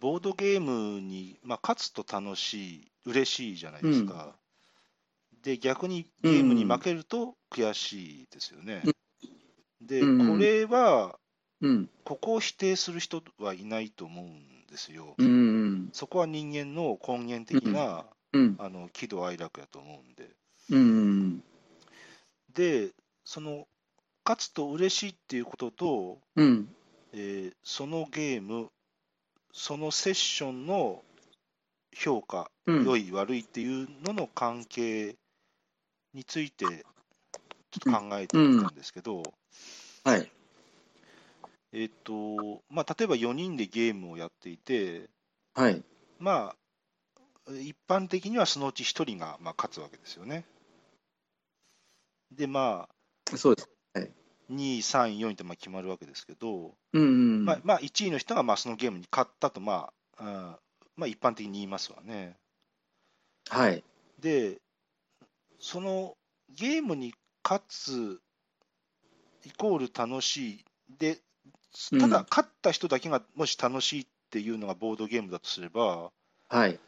ボードゲームに、まあ、勝つと楽しい、嬉しいじゃないですか。で、逆にゲームに負けると悔しいですよね。で、うんこれは、うんここを否定する人はいないと思うんですよ。うんうんそこは人間の根源的な、うんあの喜怒哀楽やと思うんで。うんで、その、勝つと嬉しいっていうことと、うんえーそのゲーム、そのセッションの評価、うん良い、悪いっていうのの関係について、ちょっと考えてみたんですけど、はいえっと、まあ、例えば4人でゲームをやっていて、はいまあ、一般的にはそのうち1人が、まあ、勝つわけですよね。で、まあ、そうです2位、3位、4位ってまあ決まるわけですけど、うんうんまあ、まあ、1位の人がまあそのゲームに勝ったと、まあうんまあ、一般的に言いますわね。はいで、そのゲームに勝つイコール楽しい、でうんただ、勝った人だけがもし楽しいっていうのがボードゲームだとすれば、はい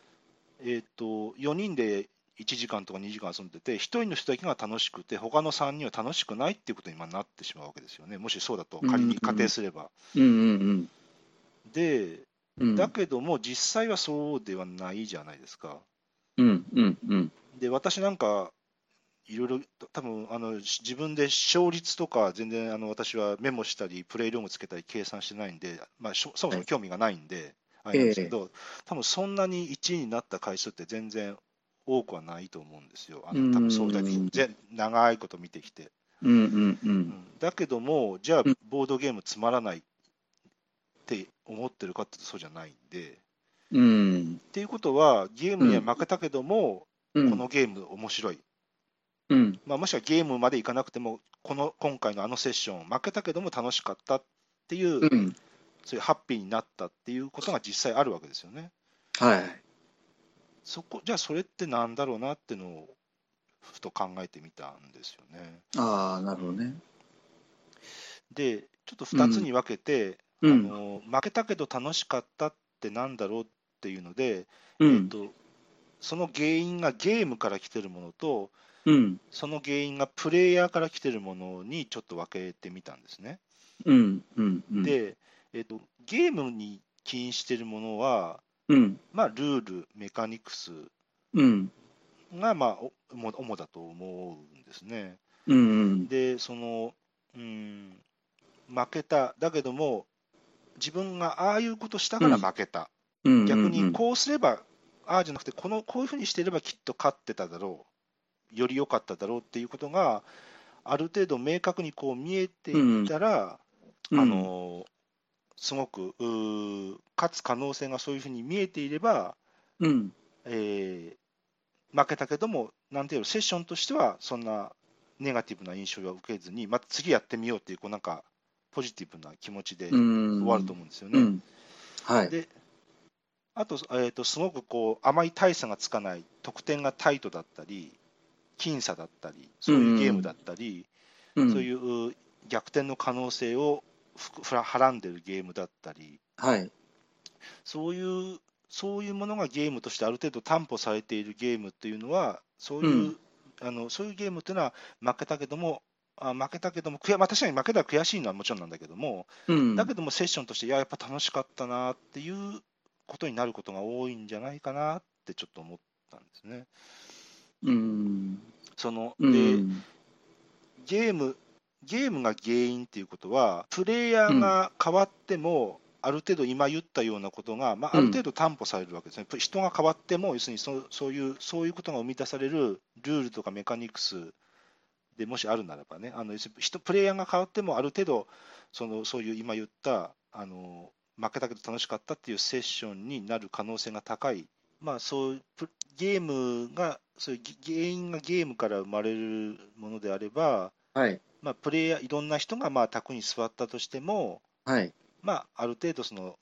えー、と4人で1時間とか2時間遊んでて、1人の人だけが楽しくて、他の3人は楽しくないっていうことに今なってしまうわけですよね、もしそうだと仮に仮定すれば。うんうんで、うんうんだけども、実際はそうではないじゃないですか。うんうんうんで、私なんか、いろいろ、多分あのし自分で勝率とか、全然あの私はメモしたり、プレイログつけたり、計算してないんで、まあ、しょそもそも興味がないんで、あれなんですけど、多分そんなに1位になった回数って全然多くはないと思うんですよ、あうのん多分そうだり、全長いこと見てきて。うんうんううんんだけども、じゃあうん、ボードゲームつまらないって思ってるかっていうとそうじゃないんで。うんっていうことは、ゲームには負けたけども、うんこのゲーム面白い、うんまあ、もしくはゲームまでいかなくても、この今回のあのセッション、負けたけども楽しかったっていう、うんそういうハッピーになったっていうことが実際あるわけですよね。はいそこじゃあ、それってなんだろうなっていうのを、ふと考えてみたんですよね。ああなるほどねで、ちょっと2つに分けて、うんあの、負けたけど楽しかったってなんだろうっていうので、うえっんと、その原因がゲームから来てるものと、うんその原因がプレイヤーから来てるものにちょっと分けてみたんですね。うんうんうんで、えっと、ゲームに起因してるものは、うんまあ、ルール、メカニクスうんが、まあ、お主主だと思うんですね。うんで、その、うん、負けた、だけども、自分がああいうことしたから負けた、うん逆にこうすれば、ああじゃなくてこの、こういうふうにしてればきっと勝ってただろう、より良かっただろうっていうことが、ある程度明確にこう見えていたら、うんあのすごくうー勝つ可能性がそういうふうに見えていれば、うんえー負けたけども、なんていうのセッションとしては、そんなネガティブな印象は受けずに、また次やってみようっていう、こうなんか、ポジティブな気持ちでう終んわると思うんですよね。うんはいで、あと、えー、とすごくこうあまり大差がつかない、得点がタイトだったり、僅差だったり、そういうゲームだったり、うんそういうう逆転の可能性をふふらはらんでるゲームだったり、はいそういうそういうものがゲームとしてある程度担保されているゲームっていうのは、そういう,、うんあのそういうゲームっていうのは負けたけども、あ負けたけども、悔やまあ確かに負けたら悔しいのはもちろんなんだけども、うんだけどもセッションとして、いや、やっぱ楽しかったなっていうことになることが多いんじゃないかなってちょっと思ったんですね。うんそので、うんゲーム、ゲームが原因っていうことは、プレイヤーが変わっても、ある程度今言ったようなことが、まあ、うあるん程度担保されるわけですね。人が変わっても、要するにそうそういうそういうことが生み出されるルールとかメカニクスでもしあるならばね、あの要するに人プレイヤーが変わっても、ある程度その、そういう今言ったあの、負けたけど楽しかったっていうセッションになる可能性が高い、まあ、そういうプゲームが、そういうげ原因がゲームから生まれるものであれば、はいまあ、プレイヤー、いろんな人がまあ卓に座ったとしても、はいまあ、ある程度その、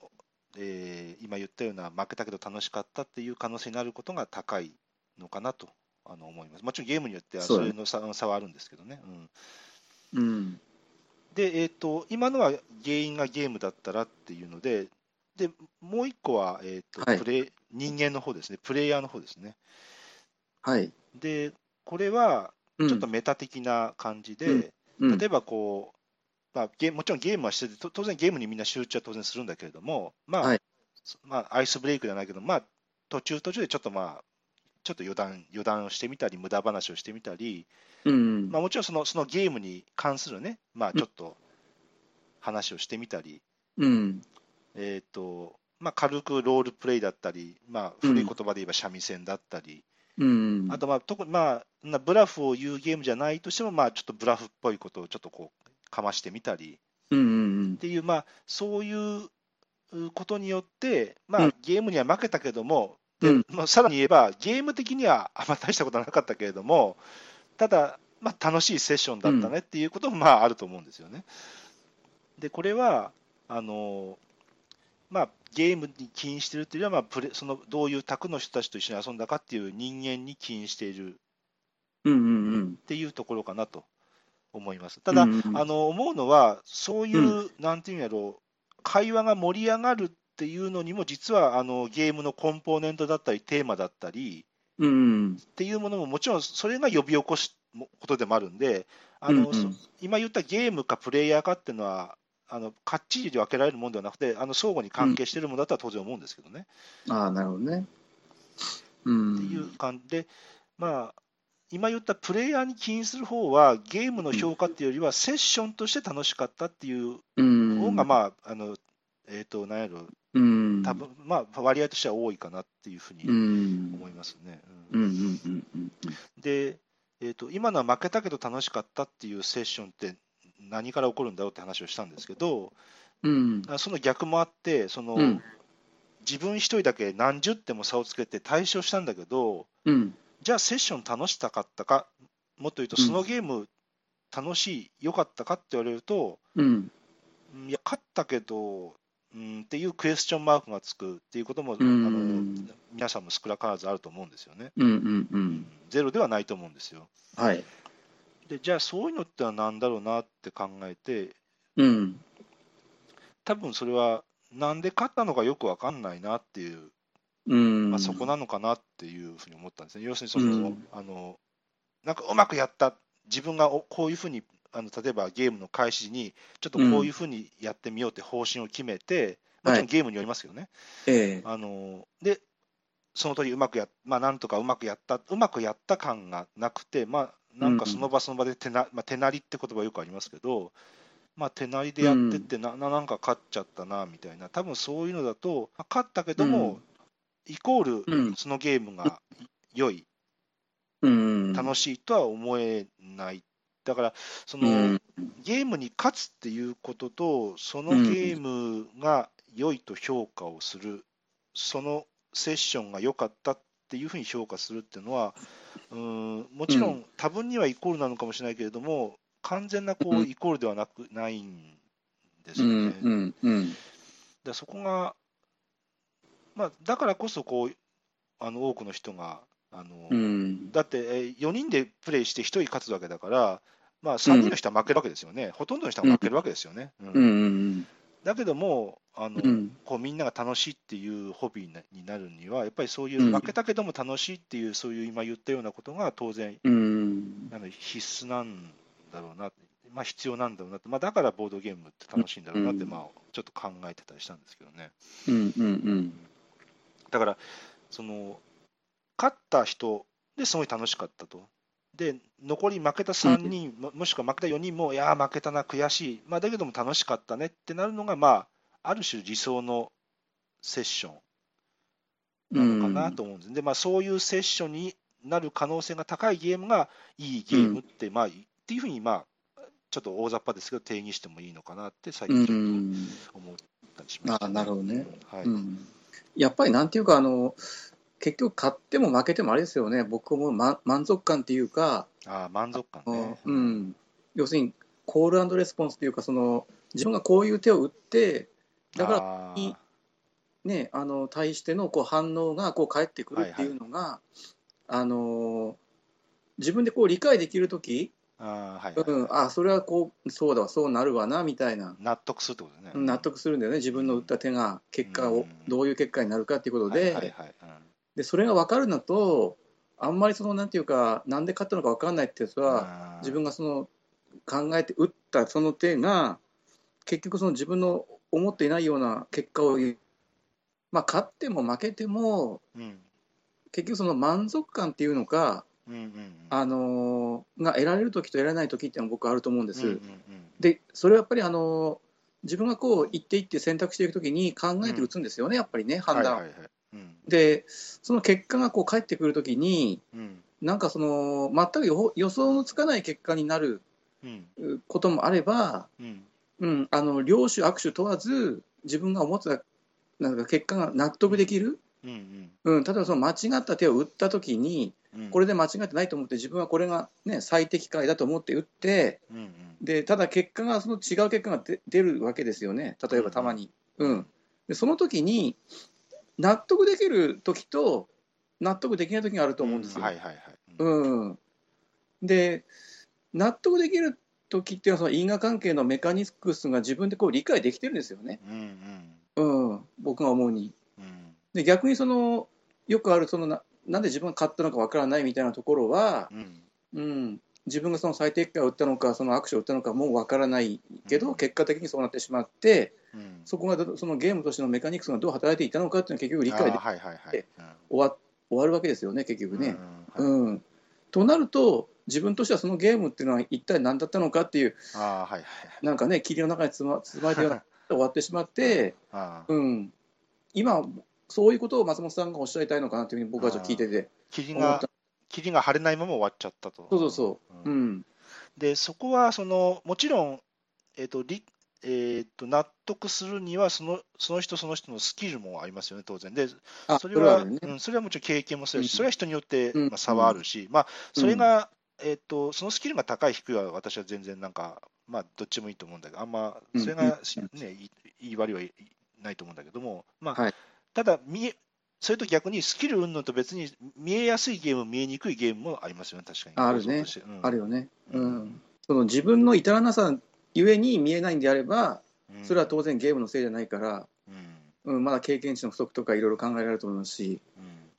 えー今言ったような負けたけど楽しかったっていう可能性になることが高いのかなとあの思います。もちろんゲームによってはそうそだねれの差,、差はあるんですけどね。うん、うんで、えーと、今のは原因がゲームだったらっていうので、で、もう一個は、えーとはいプレイ人間の方ですね、プレイヤーの方ですね。はい。で、これはうんちょっとメタ的な感じで、うん例えばこう、まあ、ゲーもちろんゲームはしてて、と当然ゲームにみんな集中は当然するんだけれども、まあはいそまあ、アイスブレイクじゃないけど、まあ、途中途中でちょっとまあ、ちょっと余談余談をしてみたり、無駄話をしてみたり、うんまあ、もちろんそのそのゲームに関するね、まあ、ちょっと話をしてみたり、うんえーとまあ、軽くロールプレイだったり、まあ、古い言葉で言えば三味線だったり、うんあと、まあ、特に、まあ、なブラフを言うゲームじゃないとしても、まあ、ちょっとブラフっぽいことをちょっとこうかましてみたりうんうんっていう、まあ、そういううことによって、まうあん、ゲームには負けたけども、うでんまあ、さらに言えば、ゲーム的にはあんま大したことはなかったけれども、ただ、まあ、楽しいセッションだったねっていうこともまああると思うんですよね。で、これは、あのまあ、ゲームに起因しているというよりは、まあプレ、そのどういう卓の人たちと一緒に遊んだかっていう人間に起因しているうんうんうんっていうところかなと思います。ただ、うんうんあの思うのは、そういう、なんていうんやろう、会話が盛り上がるっていうのにも、実はあのゲームのコンポーネントだったり、テーマだったりうんっていうものも、もちろんそれが呼び起こすことでもあるんで、あのうんうんそ今言ったゲームかプレイヤーかっていうのは、あのかっちりで分けられるものではなくて、あの相互に関係しているものだとは当然思うんですけどね。ああ、なるほどね。うん。っていう感じで、まあ、今言ったプレイヤーに起因する方は、ゲームの評価っていうよりは、セッションとして楽しかったっていううん。方が、まあ、あの、えっ、と、なんやろ、うん。多分、まあ、割合としては多いかなっていうふううにん。思いますね。ううんんうんうんうんで、えっ、と、今のは負けたけど楽しかったっていうセッションって、何から起こるんだろうって話をしたんですけど、うん。あその逆もあって、その、うん自分一人だけ何十点も差をつけて対勝したんだけど、うん。じゃあセッション楽したかったか、もっと言うと、うんそのゲーム楽しい、良かったかって言われると、うん。うんいや、勝ったけど、うんっていうクエスチョンマークがつくっていうことも、うんあの皆さんも少なからずあると思うんですよね。うんうんうん。ゼロではないと思うんですよ。はい。で、じゃあそういうのってのは何だろうなって考えて、うん。多分それは、なんで勝ったのかよく分かんないなっていう、うん。まあ、そこなのかなっていうふうに思ったんですね。要するにその、うんあのなんかうまくやった、自分がおこういうふうにあの、例えばゲームの開始に、ちょっとこういうふうにやってみようって方針を決めて、うんもちろんゲームによりますけどね、ええ。あのでその通りうまくやっ、まあ、なんとかうまくやった、うまくやった感がなくて、まあ、なんかその場その場で手な、まあ、手なりって言葉よくありますけど、まあ、手なりでやってってな、ななんか勝っちゃったなみたいな、多分そういうのだと、まあ勝ったけども、うんイコーうルんそのゲームが良い、うん。楽しいとは思えない。だからその、うん。ゲームに勝つっていうことと、そのうんゲームが良いと評価をする、そのセッションが良かったっていうふうに評価するっていうのは、うーんもちろうん多分にはイコールなのかもしれないけれども、完全なこううんイコールではなくないんですうよね。んうんうん。だからそこが、まあ、だからこそこうあの多くの人があの、うん。だってえー4人でプレイして1人勝つわけだから、まあ、3人の人は負けるわけですよね、ほとんどの人は負けるわけですよね。うんうんうんだけどもあの、うん。こうみんなが楽しいっていうホビーなになるには、やっぱりそういううん負けたけども楽しいっていう、そういう今言ったようなことが当然うん。あの必須なんだろうな、まあ、必要なんだろうなって、まあ、だからボードゲームって楽しいんだろうなって、うんまあ、ちょっと考えてたりしたんですけどね。うんうんだからその勝った人ですごい楽しかったと。で残り負けた3人、ももしくは負けた4人も、いやー負けたな、悔しい、まあ、だけども楽しかったねってなるのが、まあ、ある種理想のセッショうンん。なのかなと。思うんです、でまあ、そういうセッションになる可能性が高いゲームがいいゲームって、まあ、っていうふうに、まあ、ちょっと大雑把ですけど、定義してもいいのかなって、最う近ちょっん。と思ったりしました、あーなるほどね。はいうんやっぱりなんていうかあの結局勝っても負けてもあれですよね僕も、ま、満足感っていうか、あー満足感ね。うん要するにコールレスポンスというかその自分がこういう手を打ってだかららいいねあの対してのこう反応がこう返ってくるっていうのが、あの自分でこう理解できる時ああーはいはいうん、あそれはこうそうだわそうなるわなみたいな納得するってことですね。納得するんだよね自分の打った手が結果うをんどういう結果になるかっていうことはいはいではいうんでそれが分かるのとあんまりそのなんていうかなんで勝ったのか分かんないってやつはあー自分がその考えて打ったその手が結局その自分の思っていないような結果をまあ勝っても負けてもうん結局その満足感っていうのか、うんうんうんあのーが得られる時と得られない時っていうのは僕はあると思うんでうす。んうんうんでそれはやっぱりあの自分がこう一手一手選択していくときに考えて打つんですよね、やっぱりね判断、はいはいはいうんでその結果がこう返ってくるときにうんなんかその全く予報予想のつかない結果になるうんうこともあれば、うんうん、あの両手握手問わず自分が思ってたなんか結果が納得できる、うんうん、例えばその間違った手を打ったときにうんこれで間違ってないと思って自分はこれが、ね、最適解だと思って打ってうんうんでただ結果がその違う結果が出出るわけですよね例えばたまに、うんでその時に納得できる時と納得できない時があると思うんですよ、はいはいはいうんうんで納得できる時っていうのはその因果関係のメカニクスが自分でこう理解できてるんですよね、うんうん、僕が思うにうんうんで逆にそのよくあるそのななんで自分が勝ったのかわからないみたいなところは、うんうん、自分がその最適解を打ったのかその握手を打ったのかもうわからないけど、うん結果的にそうなってしまってうんそこがどそのゲームとしてのメカニクスがどう働いていたのかっていうのは結局理解であーはいはいはでい終わ終わるわけですよね結う局んね。うんうはいんとなると自分としてはそのゲームっていうのは一体何だったのかっていうあーはいはいなんかね霧の中に包ま包まれたような終わってし まって、あーうん、今そういうことを松本さんがおっしゃりたいのかなというふうに僕はちょっと聞いてて霧思っがた。霧が晴れないまま終わっちゃったとそうそうそう、うんうんでそこはそのもちろんえっとりえー、と納得するにはそのその人その人のスキルもありますよね、当然。で、あそれは、あるねうん、それはもちろん経験もそうだし、うんそれは人によって、うんまあ、差はあるし、まあ、それが、えっとそのスキルが高い、低いは私は全然なんか、まあ、どっちもいいと思うんだけど、あんま、それがし、うんね、い言い割りはいないと思うんだけども、まあはいただ見え、それと逆にスキル云々と別に見えやすいゲーム、見えにくいゲームもありますよね、確かに。あある構造ねとしてうんあるよね、うん、その自分の至らなさゆえに見えないんであればうんそれは当然ゲームのせいじゃないから、うんうん、まだ経験値の不足とかいろいろ考えられると思いますし、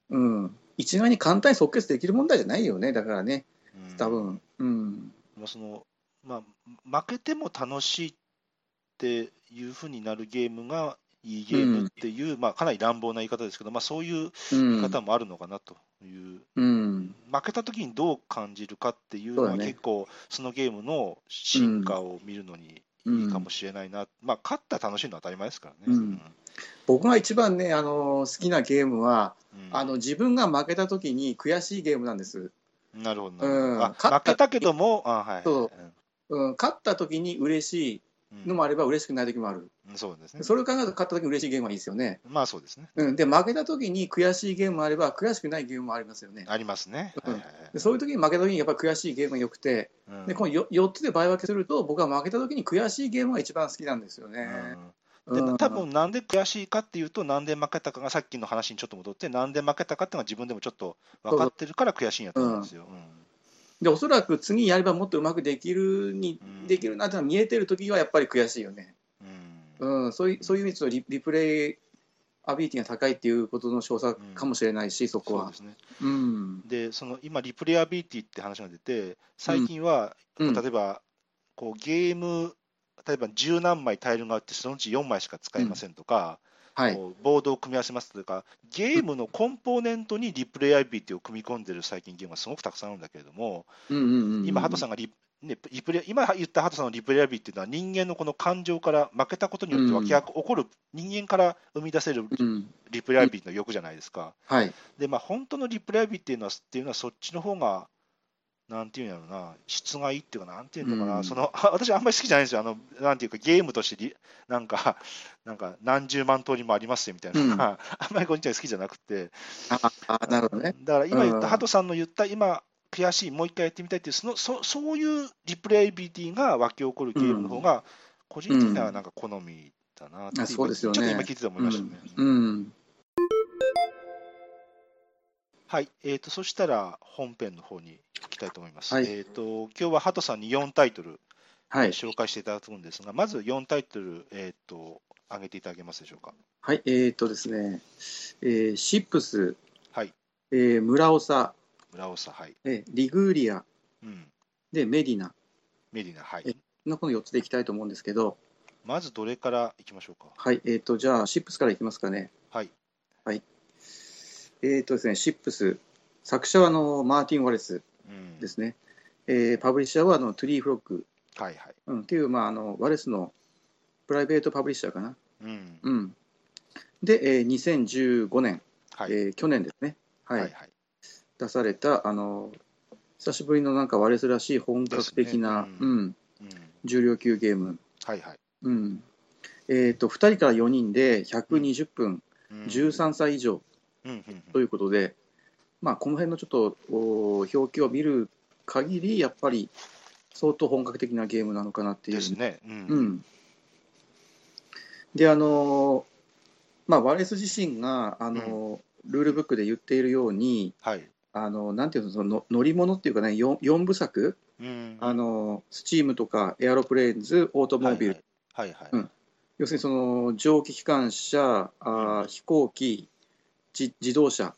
うんうん、一概に簡単に即決できる問題じゃないよねだからねうん多分、うんまあそのまあ、負けても楽しいっていうふうになるゲームがいいゲームっていう、まあ、かなり乱暴な言い方ですけど、まあ、そういうう見ん方もあるのかなという、うん負けた時にどう感じるかっていうのそはうだね結構そのゲームの進化を見るのにいいかもしれないな、まあ、勝ったら楽しいのは当たり前ですからね。うん僕が一番ねあの好きなゲームはうんあの自分が負けた時に悔しいゲームなんです、なるほどなるほど、うんあ勝っ負たけたけども、あはい、そううん、勝った時に嬉しうんいのもあれば嬉しくない時もある、うんそうですね。それを考えると勝った時に嬉しいゲームはいいですよね、まあそうですね。うん、で負けた時に悔しいゲームもあれば悔しくないゲームもありますよねありますね。うんはいはいはいでそういう時に負けた時にやっぱり悔しいゲームが良くてうんでこの 4, 4つで倍分けすると僕は負けた時に悔しいゲームが一番好きなんですよね。うんでうん多分なんで悔しいかっていうと、なんで負けたかがさっきの話にちょっと戻って、なんで負けたかっていうのは自分でもちょっと分かってるから悔しいんやと思うんですよ。でおそらく次やればもっとうまくできるにうんできるなってのが見えてる時はやっぱり悔しいよね。うんうんうん、そういうそういう意味でちょっとリリプレイアビリティが高いっていうことの少佐かもしれないし、そこそうはで。すね、うん、でその今、リプレイアビリティって話が出て、最近は、うん例えばこうゲーム、例えば十何枚タイルがあって、そのうち4枚しか使いませんとか、はい。こうボードを組み合わせますとか、ゲームのコンポーネントにリプレイアビリティを組み込んでる最近、ゲームはすごくたくさんあるんだけれども、うんうんうん、今、ハトさんがリ、ね、リプレ今言ったハトさんのリプレイアビリっていうのは、人間のこの感情から負けたことによって湧き起こる、人間から生み出せるうん、リプレイアビリの欲じゃないですか。はい。で、まあ、本当のリプレイアビリっていうのは、っていうのはそっちの方が、なんていうんやろうな、質がいいっていうか、なんていうのかな、うんその あ私、あんまり好きじゃないんですよ、あのなんていうか、ゲームとしてリ、なんか、なんか、何十万通りもありますよみたいな、うん あんまりこんにちは好きじゃなくて、ああ、なるほどね。だから今言っうんた、ハトさんの言った、今、悔しい、もう一回やってみたいっていう、そのそそういうリプレイビリティが湧き起こるゲームの方が、個人的にはなんか好みだなって、あそうですよねちょっと今聞いてて思いましたね。うん。はい、えーと、そしたら本編の方に行きたいと思います。はいえっ、と、今日はハトさんに4タイトル、はい、紹介していただくんですが、まず4タイトル、えっ、と、上げていただけますでしょうか。はい、えーっとですね、えーシップス、はい。えー村長、村尾さん、はい。えーリグーリア、うん。で、メディナメディナ、はえい。のこの4つでいきたいと思うんですけど、まずどれからいきましょうか。はい、えーっと、じゃあ、シップスからいきますかね。はい。えーっとですね、シップス、作者はあのマーティン・ウォレスうん。ですね、えーパブリッシャーはあのトゥリー・フロック、はいはい。うん、っていう、まあ、あのワレスのプライベートパブリッシャーかな。うん。うん、で、えー2015年、はい。えー去年ですね、はいはいはい。出されたあの久しぶりのなんかワレスらしい本格的な、ですねううんんうん。重量級ゲーム、はいはい。うんえー、と2人から4人で120分、うん13歳以上うんうんうとん。いうことで、まあ、この辺のちょっとお表記を見る限りやっぱり相当本格的なゲームなのかなっていうですね。う。うんん、であのーまあワレス自身があのー、ルールブックで言っているようにはい。あのーなんていうのその乗り物っていうかね 4, 四部作うん。あのースチームとかエアロプレーンズオートモービル、はいはい。はいはい。うん要するにその蒸気機関車あー飛行機じ自動車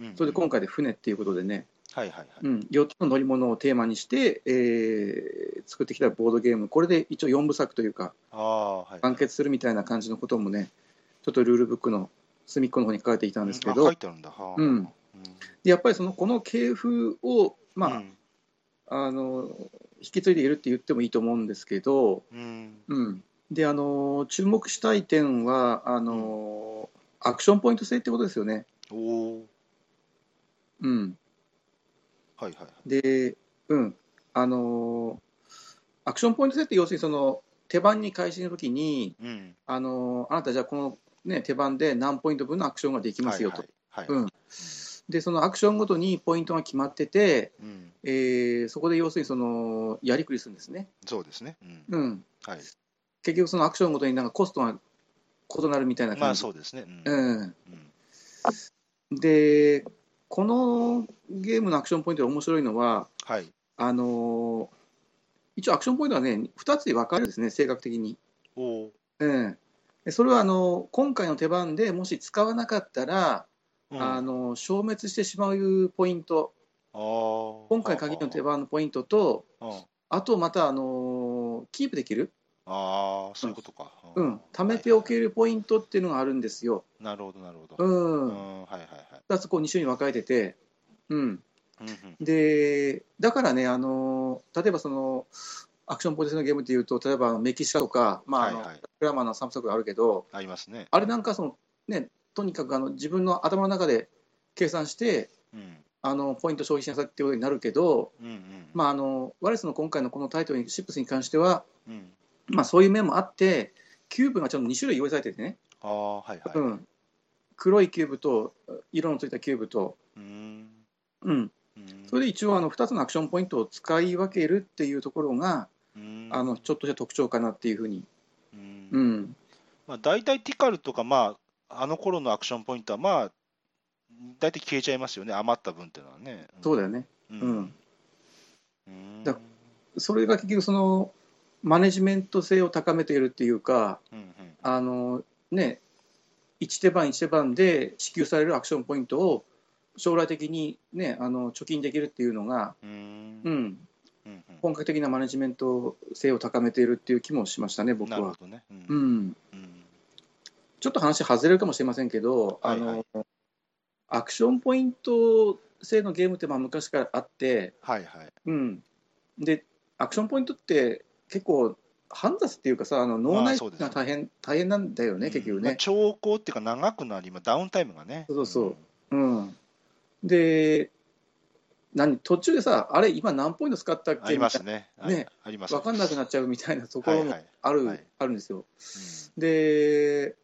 うんうんそれで今回で船っていうことでね、はいはいはい。うん、4つの乗り物をテーマにして、えー作ってきたボードゲームこれで一応4部作というかああ、はい。完結するみたいな感じのこともねちょっとルールブックの隅っこの方に書かれていたんですけうんあど、書いてあるんだ。はあうんでやっぱりそのこの系譜を、まあうんあの引き継いでいるって言ってもいいと思うんですけど、うん。うん、であの注目したい点はあの、アクションポイント制ってことですよね。おお。うん、はいはいはい。で、うんあのアクションポイント制って要するにその手番に開始の時にうん。あのあなたじゃあこの、ね、手番で何ポイント分のアクションができますよと。はいはい。うはいんでそのアクションごとにポイントが決まってて、うん。うんえーそこで要するにそのやりくりするんですね、そうですね。うん。うん、はい。結局そのアクションごとになんかコストが異なるみたいなま感あじ、そうですね。うん。うん、うんでこのゲームのアクションポイントが面白いのははい。あのー一応アクションポイントはね2つに分かれるんですね性格的に、おお。うん、でそれはあのー今回の手番でもし使わなかったら、うんあのー消滅してしまうポイントあー今回限りの手番のポイントとうんあとまた、あのーキープできる、ああ、そういうことか。うん、貯めておける。るポイントっていうのがあるんですよ。なるほど、なるほど。う、うんん。はいはいはい。 2つこう2種に分かれてて、うん、うんうんでだからね、あのー例えばそのアクションポジションのゲームっていうと、例えばメキシカとか、まああのはいはいクラマーの3部作があるけど、ありますね。あれなんかその、ね、とにかくあの自分の頭の中で計算して、うん。あのポイント消費しなさいっていうことになるけど、うんうん。まあ、あのワレスの今回のこのタイトルに、シップスに関しては、うん。まあ、そういう面もあって、キューブがちょっと2種類用意されててね。ああ、はいはい。うん、黒いキューブと色のついたキューブと、うん。ううん、んそれで一応あの2つのアクションポイントを使い分けるっていうところが、うんあのちょっとした特徴かなっていうふうに、うんうんまあ、大体ティカルとか、まあ、あの頃のアクションポイントは、まあ、大体消えちゃいますよね、余った分っていうのはね。そうだよねうんうんうんだそれが結局そのマネジメント性を高めているっていうかうんうんあのね1手番1手番で支給されるアクションポイントを将来的に、ね、あの貯金できるっていうのが、うんううんん、うん本格的なマネジメント性を高めているっていう気もしましたね僕なるはほ。どね。うんうんうんちょっと話外れるかもしれませんけど、はいはいあのアクションポイント制のゲームってまあ昔からあって、はいはい。うん、でアクションポイントって結構煩雑っていうかさあの脳内そうですがね大変、大変なんだよね結局うんまあね。長考っていうか、長くなり、まあ、ダウンタイムがね。そうそううん、で何途中でさあれ今何ポイント使ったっうんあけりみまたいすね。はねいあります。な分かんなくなっちゃうみたいなところもはいはいある,、はいあるんですよ。で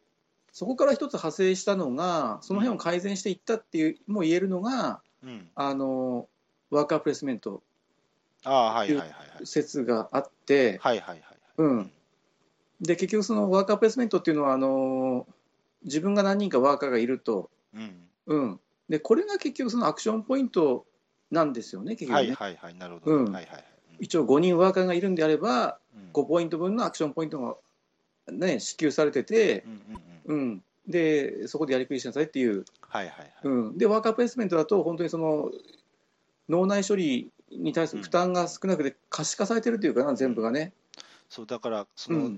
そこから一つ派生したのがその辺を改善していったっていう、も言えるのがうんうんあのワーカープレイスメントああ、はいはいはいはい。説があって、はいはいはいはい。うん、で結局そのワーカープレイスメントっていうのはあの自分が何人かワーカーがいると、うん。うん、でこれが結局そのアクションポイントなんですよね、結局はね。いはいはい、なるほど。うんはいはいはい。一応5人ワーカーがいるんであれば、うん5ポイント分のアクションポイントが、ね、支給されててう、んうんうん。うん、でそこでやりくりしなさいっていう、はいはいはい。うん、でワーカープレイスメントだと、本当にその脳内処理に対する負担が少なくて、可視化されてるというかな、全部がね。そうだからそうの、ん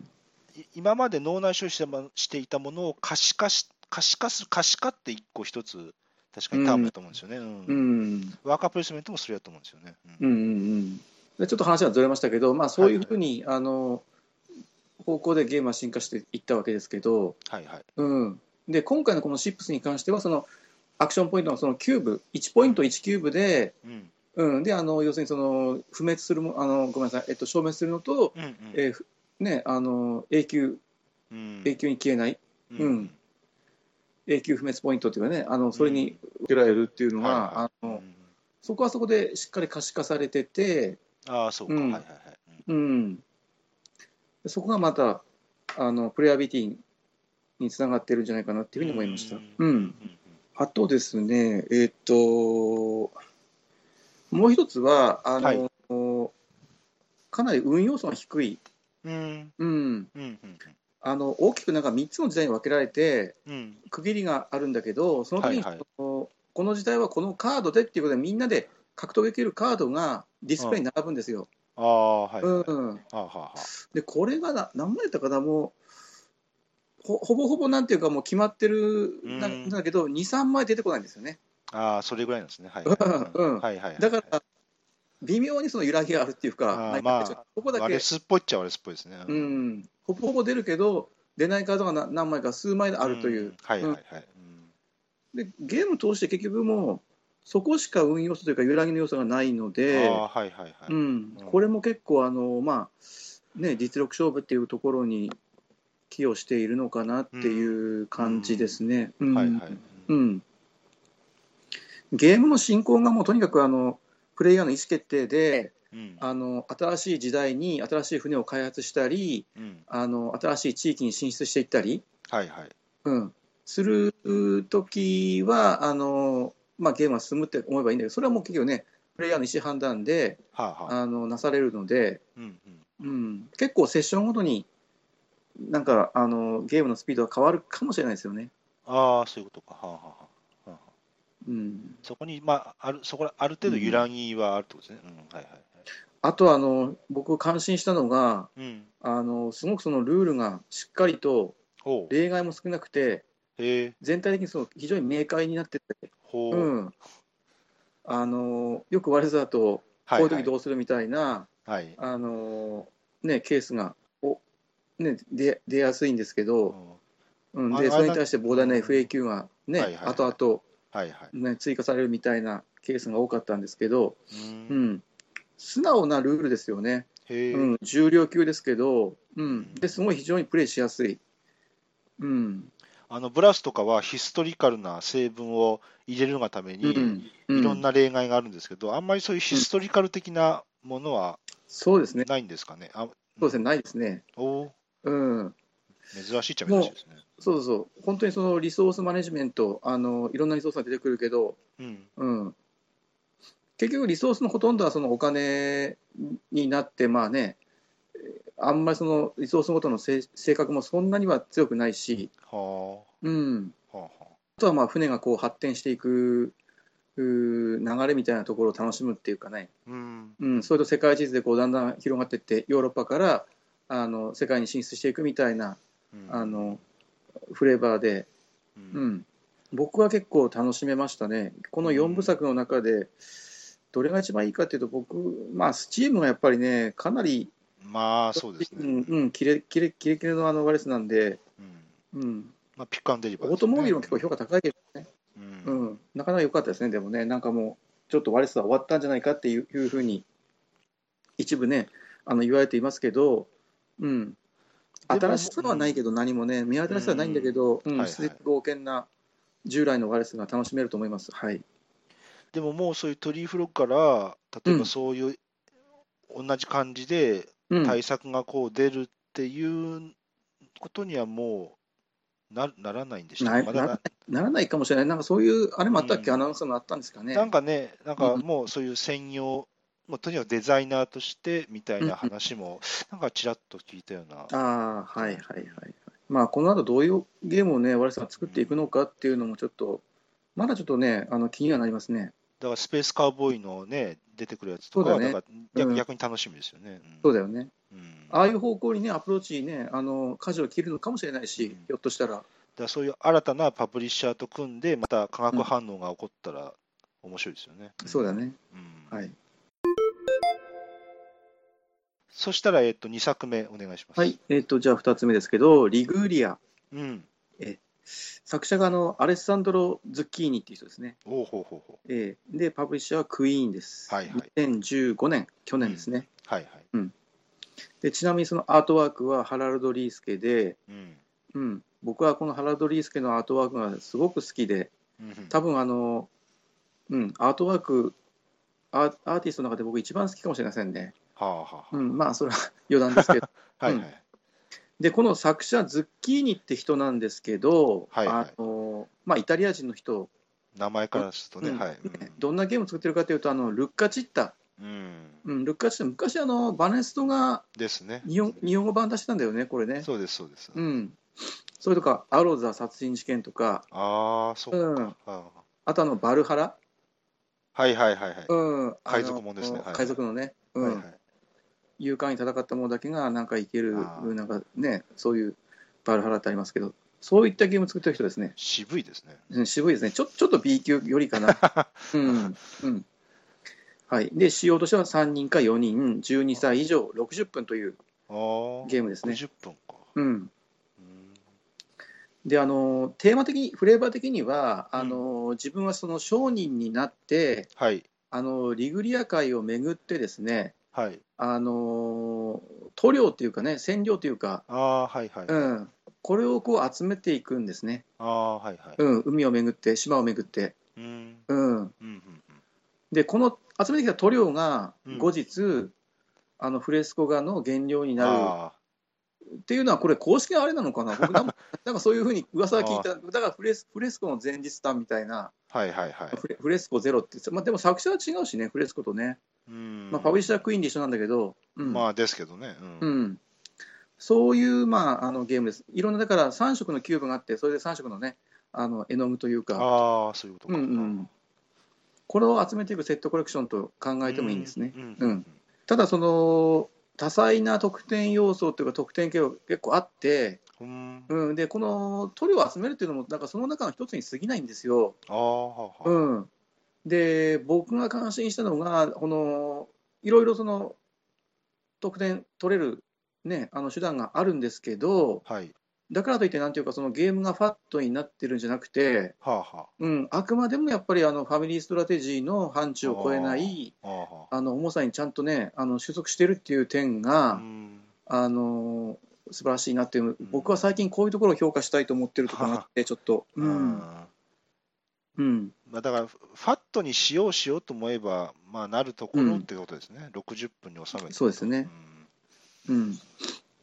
い今まで脳内処理してましていたものを可視化し可視化する可視化って一個一つ確かにタームだと思うんですよね。うんうんワーカープレイスメントもそれだと思うんですよね。うんうんうん、でちょっと話はずれましたけど、まあ、そういうふうに、あの方向でゲームは進化していったわけですけど、はいはい。うん、で今回のこの6に関してはそのアクションポイントのそのキューブ1ポイント1キューブで,、うんうん、であの要するにその不滅するもあのごめんなさい、えっと、消滅するのと、うんうんえーふね、あの永久うん永久に消えないうんうん永久不滅ポイントっていうかねあのそれに受けられるっていうのが、はいはいあうのんそこはそこでしっかり可視化されてて。ああそうか、うんはいはいはい。うんうん、そこがまたあのプレアビリティにつながってるんじゃないかなっていうふうに思いました。ううんんうんうんあとですね、えーっともう一つはあの、かなり運用素が低い、うんうんうん、うんあの大きくなんか3つの時代に分けられてうんうん区切りがあるんだけどその時に、はいはいこの時代はこのカードでっていうことでみんなで獲得できるカードがディスプレイに並ぶんですよ。ああはいはい。うんはあはあはあでこれがな何枚だったかなもうほほぼほぼなんていうかもう決まってるなうんんだけど23枚出てこないんですよねああ、それぐらいなんですね。はい、はい。うんうんはいはいはいだから微妙にその揺らぎがあるっていうかあーなんまかあちょっとここだあけれ、すっぽいっちゃあれすっぽいですね。ううんんほぼほぼ出るけど出ないカードがな何枚か数枚あるという、。はいはいはい。うんでゲーム通して結局もうそこしか運用素というか揺らぎの要素がないので、ああ、はいはいはい。うんうん、これも結構あのまあね実力勝負っていうところに寄与しているのかなっていう感じですね。うんはいはい。うんゲームの進行がもうとにかくあのプレイヤーの意思決定でうんあの新しい時代に新しい船を開発したりうんあの新しい地域に進出していったり、はいはい。うん、する時はあの、まあ、ゲームは進むって思えばいいんだけどそれはもう結局ねプレイヤーの意思判断ではあはあ。あのなされるので。うんうんうん、結構セッションごとになんかあのゲームのスピードが変わるかもしれないですよね。ああ、そういうことか。はあはあはあはあ。うん、そこに、まあ、ある、そこら、ある程度揺らぎはあるってことですね。うん、はいはいはい。あとはあの僕感心したのがうん。あのすごくそのルールがしっかりとほう。例外も少なくてへえ。全体的にその非常に明快になってて、ほう。うん、あのよく我々だとこうはいいうはい時どうするみたいな、はい。あのね、ケースがお、ね、出出やすいんですけうど、んうん、あでのそれに対して膨大な FAQ が、ねはいはいはい後々はいはい。ね、追加されるみたいなケースが多かったんですけど、う。うんん、素直なルールですよね、へえ。うん、重量級ですけど、うん、ですごい非常にプレイしやすい、うんあの、ブラスとかはヒストリカルな成分を入れるがためうに、んうん、いろんな例外があるんですけど、あんまりそういうヒストリカル的なものはそうですね、ないんですかね。あそうですねないですね、おーうん、珍しいっちゃ珍しいですね。そうそうそう、本当にそのリソースマネジメント、あのいろんなリソースが出てくるけど、うん、うん、結局、リソースのほとんどはそのお金になって、まあね、あんまりそのリソースごとの性性格もそんなには強くないし、はうん、あ、はあ、はあとはまあ船がこう発展していくうー流れみたいなところを楽しむっていうかね、あ。うん、うん、それと世界地図でこうだんだん広がっていってヨーロッパからあの世界に進出していくみたいなうんあのフレーバーで、う、うんん、僕は結構楽しめましたねこの4部作の中でどれが一番いいかっていうと僕まあスチームがやっぱりねかなりまあ、そうですね。んうん、キレキレキレキレのあのワレスなんで、うんうん、まあ、ピックアンドデリバオーでーすトね、モービルも結構評価高いけどね。う、うんん、なかなか良かったですね、でもね、なんかもう、ちょっとワレスは終わったんじゃないかっていういうふうに、一部ね、あの言われていますけど、うん、でも新しさはないけど、何もね、見新しさはないんだけど、うんはいはい質的剛健な、従来のワレスが楽しめると思います。はい、でももうそういうトリーフロから、例えうばんそういう、同じ感じでうん、対策がこう出るっていうことにはもなならないんでしたなっけまだななならないかもしれない、なんかそういう、あれもあったっうけ、んアナウンサーのあったんですかね。なんかね、なんかうんもうそういう専用、もうとにかくデザイナーとしてみたいな話も、なんかちらっと聞いたような。ああ、はいはいはいはい。まあ、この後どういうゲームをね、我々さんが作っていくのかっていうのも、ちょっと、まだちょっとね、あの気にはなりますね。だからスペースカウボーイのね、出てくるやつとかは、そうだねだからうん逆逆に楽しみですよね。んそうだよね。うんああいう方向にね、アプローチにね、あの舵を切るのかもしれないし、うんひょっとしたら、だからそういう新たなパブリッシャーと組んで、また化学反応が起こったら面白いですよね。そうだね。うんはい。そしたら、えっと、2作目お願いします。はい。えっ、と、じゃあ2つ目ですけど、リグーリア。うん。作者があのアレッサンドロ・ズッキーニっていう人ですね。おうほうほうほう。えーで、パブリッシャーはクイーンです。はいはい2015年、去年ですね、はいはい。で。ちなみにそのアートワークはハラルド・リースケで、うん。うん、僕はこのハラルド・リースケのアートワークがすごく好きで、うん多分あの、うん、アートワーク、アーアーティストの中で僕一番好きかもしれませんね。はあはあはあうん、まあ、それは余談ですけど。はいはい。で、この作者、ズッキーニって人なんですけど、はいはいあのまあ、イタリア人の人、名前からするとね、うんはい。ねどんなゲームを作ってるかというと、あのルッカチッタ、うんうん。うん、ルッカチッタ、昔あの、バネストがですね。日本日本語版出してたんだよね、これね。そうです、そうです。うん、それとか、アロザ殺人事件とか、ああ、そうう。ん、ああとあのバルハラ、あはいはいはいはい。うん、海賊もんですねあのはい海賊のね、うんはいはい勇敢に戦ったものだけがなんかいけるあーなんかねそういうバルハラってありますけどそういったゲームを作ってる人ですね渋いですね。うん渋いですねちょ ちょっと B 級よりかなうん、うんはい、で仕様としては3人か4人12歳以上60分というああ。ゲームですね、 50分か。うん、うんであのテーマ的にフレーバー的にはあの、自分はその商人になってはい。あのリグリア界を巡ってですねはい。あの塗料っていうかね染料というかああ、はいはい。うあん、これをこう集めていくんですね、あ、はいはい。うん、海を巡って島を巡って、うん。うん、うんうんうん。でこの集めてきた塗料がうん後日、あのフレスコ画の原料になあるっていうのはこれ公式のあれな のかな僕なんかなんかそういうふうに噂は聞いただからフレスフレスコの前日談みたいな、あ、はいはいはい。フレフレスコゼロって、まあ、でも作者は違うしねフレスコとね、うんまあ、パブリッシャークイーンで一緒なんだけど、うんまあですけどね。う。うんん、そういう、まあ、あのゲームですいろんなだから3色のキューブがあってそれで3色のねあの絵の具というかああ、そういうことうんうん、これを集めていくセットコレクションと考えてもいいんですね。うん。うんうんただその多彩な得点要素というか得点系が結構あって、うんうんうん、でこの塗料を集めるっていうのもなんかその中の一つに過ぎないんですよ。ああ、はあうはあん、で僕が感心したのがこのいろいろその得点取れる、ね、あの手段があるんですけどはい。だからといってなんていうかそのゲームがファットになってるんじゃなくて、はあはうん、あくまでもやっぱりあのファミリーストラテジーの範疇を超えないあ。ああはあの重さにちゃんとねあの収束してるっていう点が、あ。うん。あの素晴らしいなっていう、ん僕は最近こういうところを評価したいと思ってるところがあってちょっと、ううんんうん、まあだから、ファットにしようしようと思えば、まあなるところってことですね。60分に収めて。そうですねん。うん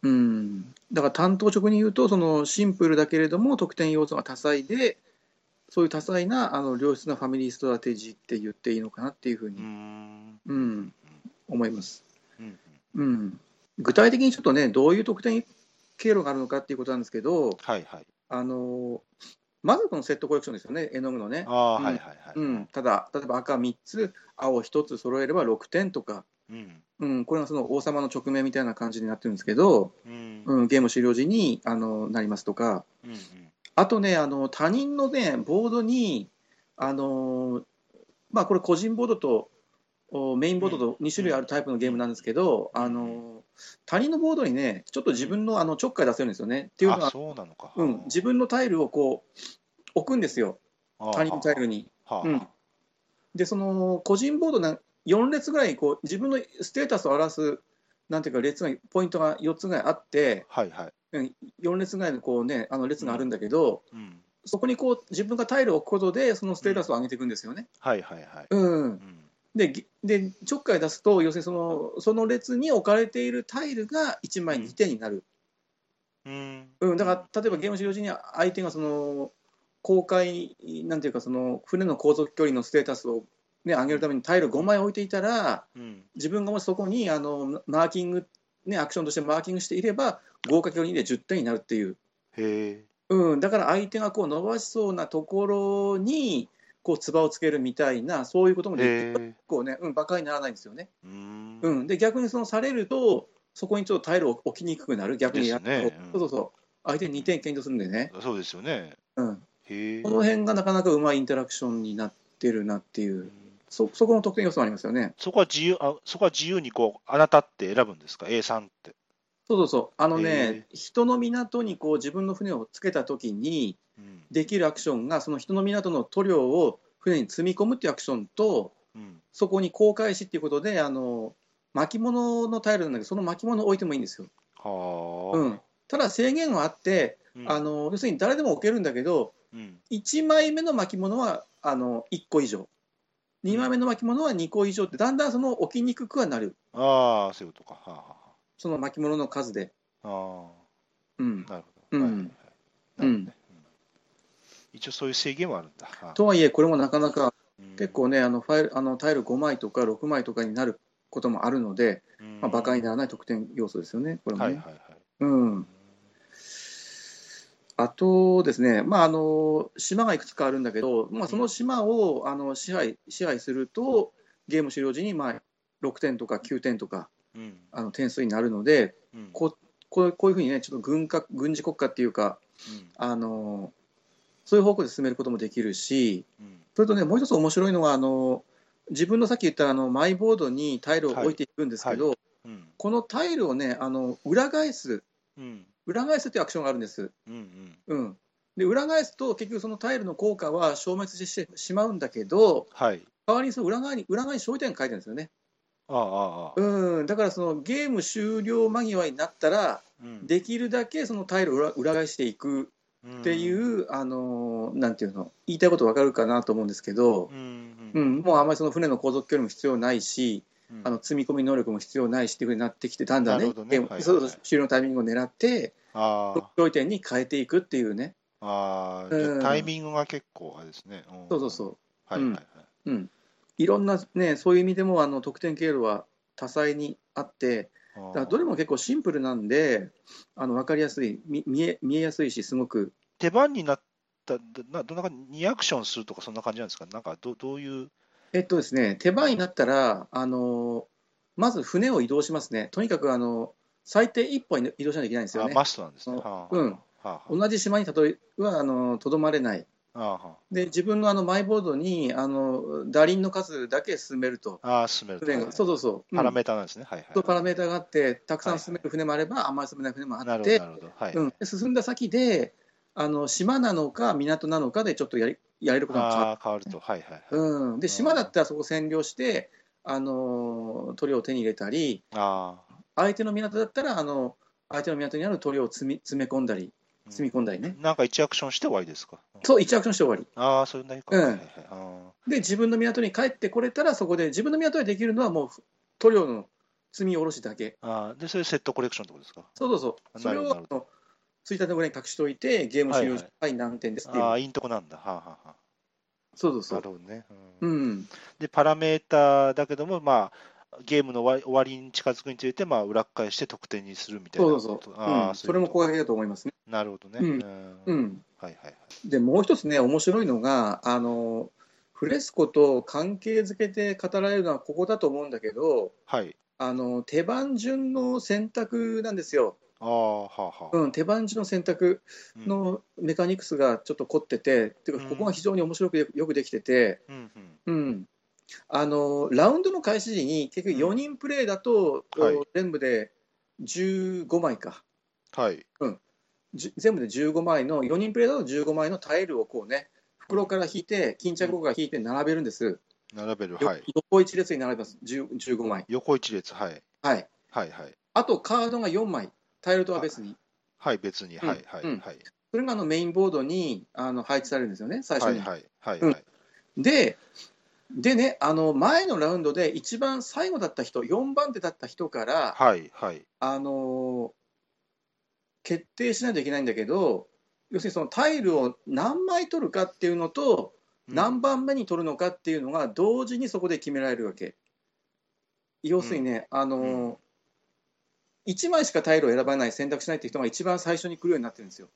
うん、だから担当職に言うとそのシンプルだけれども得点要素が多彩でそういう多彩なあの良質なファミリーストラテジーって言っていいのかなっていうふううに、ん。うん思います。うんうん、具体的にちょっとねどういう得点経路があるのかっていうことなんですけど、はいはい。あのまずこのセットコレクションですよね、絵の具のねあ。あ、うんはいはいはい。うん、ただ、例えば赤3つ、青1つ揃えれば6点とか、うん。うん、これがその王様の直面みたいな感じになってるんですけど、うん。うん。うん、ゲーム終了時にあのなりますとか、うんあとね、あの他人のね、ボードに、あのまあ、これ、個人ボードとおメインボードと2種類あるタイプのゲームなんですけど、うんあの他人のボードにね、ちょっと自分のあのちょっかい出せるんですよね。っていうのあ、はそうなのか。うん、自分のタイルをこう置くんですよ、分他人のタイルに。はあうんで、その個人ボードな4列ぐらいこう自分のステータスを表すなんていうか列がポイントが4つぐらいあって、はいはい。 4列ぐらいのこう、ね、あの列があるんだけど、うん。そこにこう自分がタイルを置くことでそのステータスを上げていくんですよね。はいはいはい。うん、うん。でぎでちょっかい出すと要するにそのその列に置かれているタイルが1枚2点になる。うんうん、だから例えばゲーム終了時に相手がその公開なんていうかその船の航続距離のステータスを、ね、上げるためにタイル5枚置いていたらうん自分がもしそこにあのマーキング、ね、アクションとしてマーキングしていれば 5×2 で10点になるっていう、へえうん、だから相手がこう伸ばしそうなところにこうつばをつけるみたいなそういうこともできへるえこうね、うん、馬鹿にならないんですよね。うんうん、で逆にそのされるとそこにちょっとタイルを置きにくくなる逆にやると、ですねうんそうそうそう相手に2点検討するんでね、そうですよねうん、へえこの辺がなかなかうまいインタラクションになってるなっていうそそこの得点要素もありますよねそこは自由あそこは自由にこうあなたって選ぶんですか A さんってそうそうそうあのへね人の港にこう自分の船をつけた時にうんできるアクションがその人の港の塗料を船に積み込むっていうアクションとうんそこに航海士っていうことであの巻物のタイルなんだけどその巻物を置いてもいいんですよ、うはん、ただ制限はあってあうんあの要するに誰でも置けるんだけどうん1枚目の巻物はあの1個以上2枚目の巻物は2個以上ってだんだんその置きにくくはなるああそういうことかはあはその巻物の数で、あはあうんあ、なるほうどんはいはいはいなるほうどんねうん一応そういう制限はあるんだはあとはいえこれもなかなかうん結構ねあのファイルあのタイル5枚とか6枚とかになることもあるので、うんまあ、馬鹿にならない得点要素ですよねこれもね、はいはいはいうん、あとですね、まあ、あの島がいくつかあるんだけど、まあ、その島をあの支配支配するとゲーム終了時にまあ6点とか9点とかうんあの点数になるのでうんここうこういうふうにねちょっと軍か軍事国家っていうかうんあのそういう方向で進めることもできるしうんそれとねもう一つ面白いのはあの自分のさっき言ったあのマイボードにタイルを置いていくんですけど、うんこのタイルをねあの裏返すうん裏返すっていうアクションがあるんです。うんうんうん、で裏返すと結局そのタイルの効果は消滅してしまうんだけどはい代わりにその裏側に裏側に焦点書いてるんですよね、ああああああうん、だからそのゲーム終了間際になったらうんできるだけそのタイルを裏裏返していくうんっていう、あのーなんていうの言いたいことわかるかなと思うんですけどう、んううんん、もうあんまりその船の航続距離も必要ないうんし、あの積み込み能力も必要ないしっていうふうになってきてだんだんなねるほどねゲームはいはいはいそうそう終了のタイミングを狙ってああ焦点に変えていくっていうねああ、じゃあうんタイミングが結構あれですね。んそうそうそうはいはいはい。うん、いろんな、ね、そういう意味でもあの得点経路は多彩にあってあだーからどれも結構シンプルなんであの分かりやすいみ見え見えやすいしすごく手番になった、などんな感じ、2アクションするとか、そんな感じなんですか、なんかどどういう、えっとですね手番になったらあのまず船を移動しますねとにかくあの最低1本移動しないといけないんですよあねマストなんですね。うんはあうんはあは同じ島にたとえはあのとどまれないあはで自分のあのマイボードにあの打輪の数だけ進めるとあああ、進めると。船はがいそうそうそう、うんパラメーターなんですね。はいはい。とパラメーターがあってたくさん進める船もあれば、あんまり進めない船もあなっるてほど、なるほど。はい。うん、で進んだ先であの島なのか港なのかでちょっとやりやれることが変わああ、変わると。はいはい。る、うん、でうん島だったらそこ占領して、あのー塗料を手に入れたりああ、相手の港だったらあの相手の港にある塗料を積み詰め込んだりうん積み込んだりね、なんか1アクションして終わりですか。うんそう1アクションして終わりああ、それなりか。うんはいはいはいあで自分の港に帰ってこれたらそこで自分の港でできるのはもう塗料の積み下ろしだけあああ、で、それセットコレクションってことですか。そうそうそうそなれるほをどあのついたてぐらいに隠しておいてゲーム終了時ははい何点ですっていう、ああ、いいとこなんだ。はあはあはそうそうあ。なそるうほどね。うんうんで、パラメーターだけども、まあ、ゲームの終わり終わりに近づくにつれて、まあ、裏返して得点にするみたいなそうそうそう、あうあん、それもこ効果的だと思いますね。うなるほどね。うんんうん、はいはいはい。でもう一つね面白いのがあのフレスコと関係づけて語られるのはここだと思うんだけどはい。あの手番順の選択なんですよ、ああ、はあはあ。うん、手番順の選択のメカニクスがちょっと凝ってて、っていうかうんここが非常に面白くよよくできてて、うん、うんうん、あのラウンドの開始時に結局4人プレイだと、はい全部で15枚か。うん。はい。じゅ全部で15枚の4人プレイだと15枚のタイルをこうね袋から引いて巾着袋から引いて並べるんです、並べる。よはい。横一列に並べます10 15枚横一列。はい。はいはいはい。あとカードが4枚タイルとは別にはい、別に。はいはいうんはい。それがあのメインボードにあの配置されるんですよね最初はに、いはいはいうんはい。ででねあの前のラウンドで一番最後だった人4番手だった人から、はいはい。あのー決定しないといけないんだけど要するにそのタイルを何枚取るかっていうのと、何番目に取るのかっていうのが同時にそこで決められるわけ要するにね、あのー1枚しかタイルを選ばない選択しないっていう人が一番最初に来るようになってるんですよ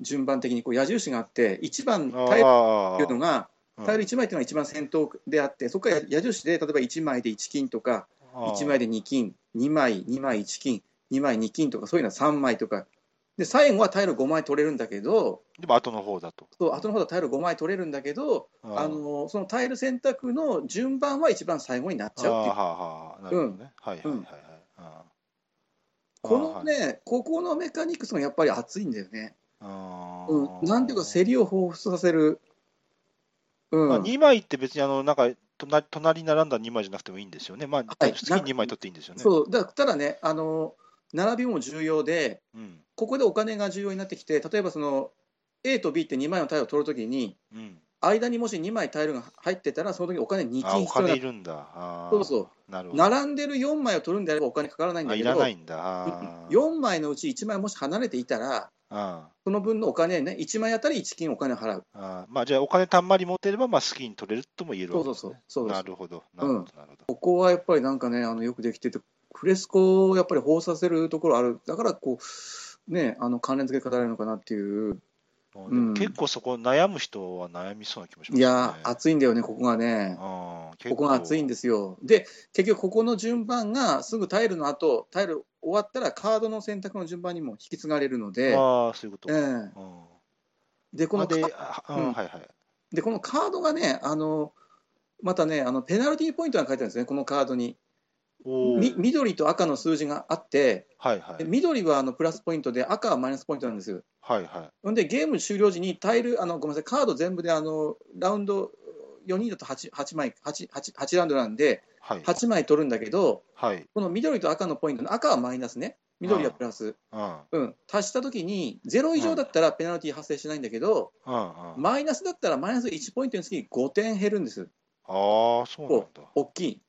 順番的にこう矢印があって1番タイルあっていうのがあタイル1枚っていうのが一番先頭であってそこから矢印で例えば1枚で1金とか1枚でで2金2枚2枚1金2枚2金とかそういうのは3枚とかで最後はタイル5枚取れるんだけどでも後の方だとそう後の方はタイル5枚取れるんだけどああのそのタイル選択の順番は一番最後になっあちゃうっていうはあはあなるほどね、はいはいはいはいあーこのあーはいねここのメカニクスがやっぱり熱いんだよね。あーうん、なんていうか競りを彷彿させる。うんまあ、2枚って別にあのなんか隣隣に並んだ2枚じゃなくてもいいんですよね。まあ、はい次2枚取っていいんですよね。そうだただねあの並びも重要でうんここでお金が重要になってきて例えばその A と B って2枚のタイルを取るときにうん、間にもし2枚タイルが入ってたらその時お金2あ金お必要金いなるんだ。あーそうそなるほど。並んでる4枚を取るんであればお金かからないんあだいけらなどいんだ。あー4枚のうち1枚もし離れていたらあその分のお金ね1枚あたり1金お金払うーあーまあ、じゃあお金たんまり持ってれば、まあ、好きに取れるとも言えるそわうけそでうす、そねうそうそうなるほど。なるほど。なるほここはやっぱりなんかねあのよくできててフレスコをやっぱり放させるところあるだからこうねあの関連付け語られるのかなっていうど。うんでも結構そこ悩む人は悩みそうな気もしますね。いやー熱いんだよねここがねあーここが熱い結んですよで結局ここの順番がすぐタイルの後タイル終わったらカードの選択の順番にも引き継がれるので、構ああ、そういうこと。ええうんでこあのカで、ああうんはいはい。でこのカードがねあのまたねあのペナルティーポイントが書いてあるんですねこのカードにおみー緑と赤の数字があってはいはいで。緑はあのプラスポイントで赤はマイナスポイントなんですよはいはい。ほんでゲーム終了時にタイルあのごめんなさいカード全部であのラウンド4人だと 8, 8枚 8, 8, 8ラウンドなんではい。 8枚取るんだけどはい。この緑と赤のポイントの赤はマイナスね緑はプラス、うん。うん、足した時に0以上だったらペナルティ発生しないんだけど、うんうん。マイナスだったらマイナス1ポイントにつき5点減るんですああ、そうなんだ。大きい、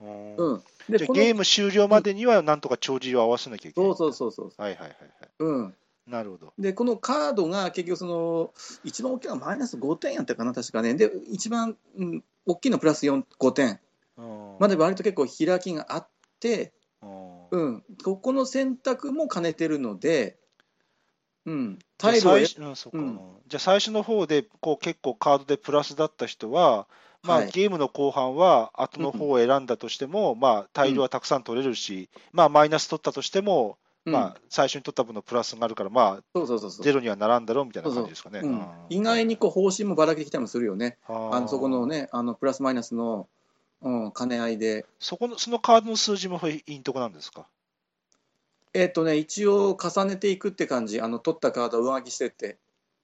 うんうん、でじゃあこのゲーム終了までにはなんとか帳尻を合わせなきゃいけない。そうそうそうそうはいはいはいはうん、い。なるほど。でこのカードが結局その一番大きいのはマイナス5点やったかな確かねで一番、うん、大きいのプラス4 5点うんまで割と結構開きがあって、うんうん、ここの選択も兼ねてるので、うん、タイじルゃあを最初うんそうかうんじゃあ最初の方でこう結構カードでプラスだった人は、まあ、はいゲームの後半は後の方を選んだとしても、まあ、大量はたくさん取れるし、まあ、マイナス取ったとしても、まあ、最初に取った分のプラスがあるから、まあ、うん、そうそうそうそうゼロにはならんだろうみたいな感じですかね。ううんん、意外にこう方針もばらけてきたりもするよね、ああのそこのねね、あのプラスマイナスの、うん、兼ね合いで、そこのそのカードの数字もいいとこなんですかえっとね、一応重ねていくって感じ、あの取ったカードを上書きしてって。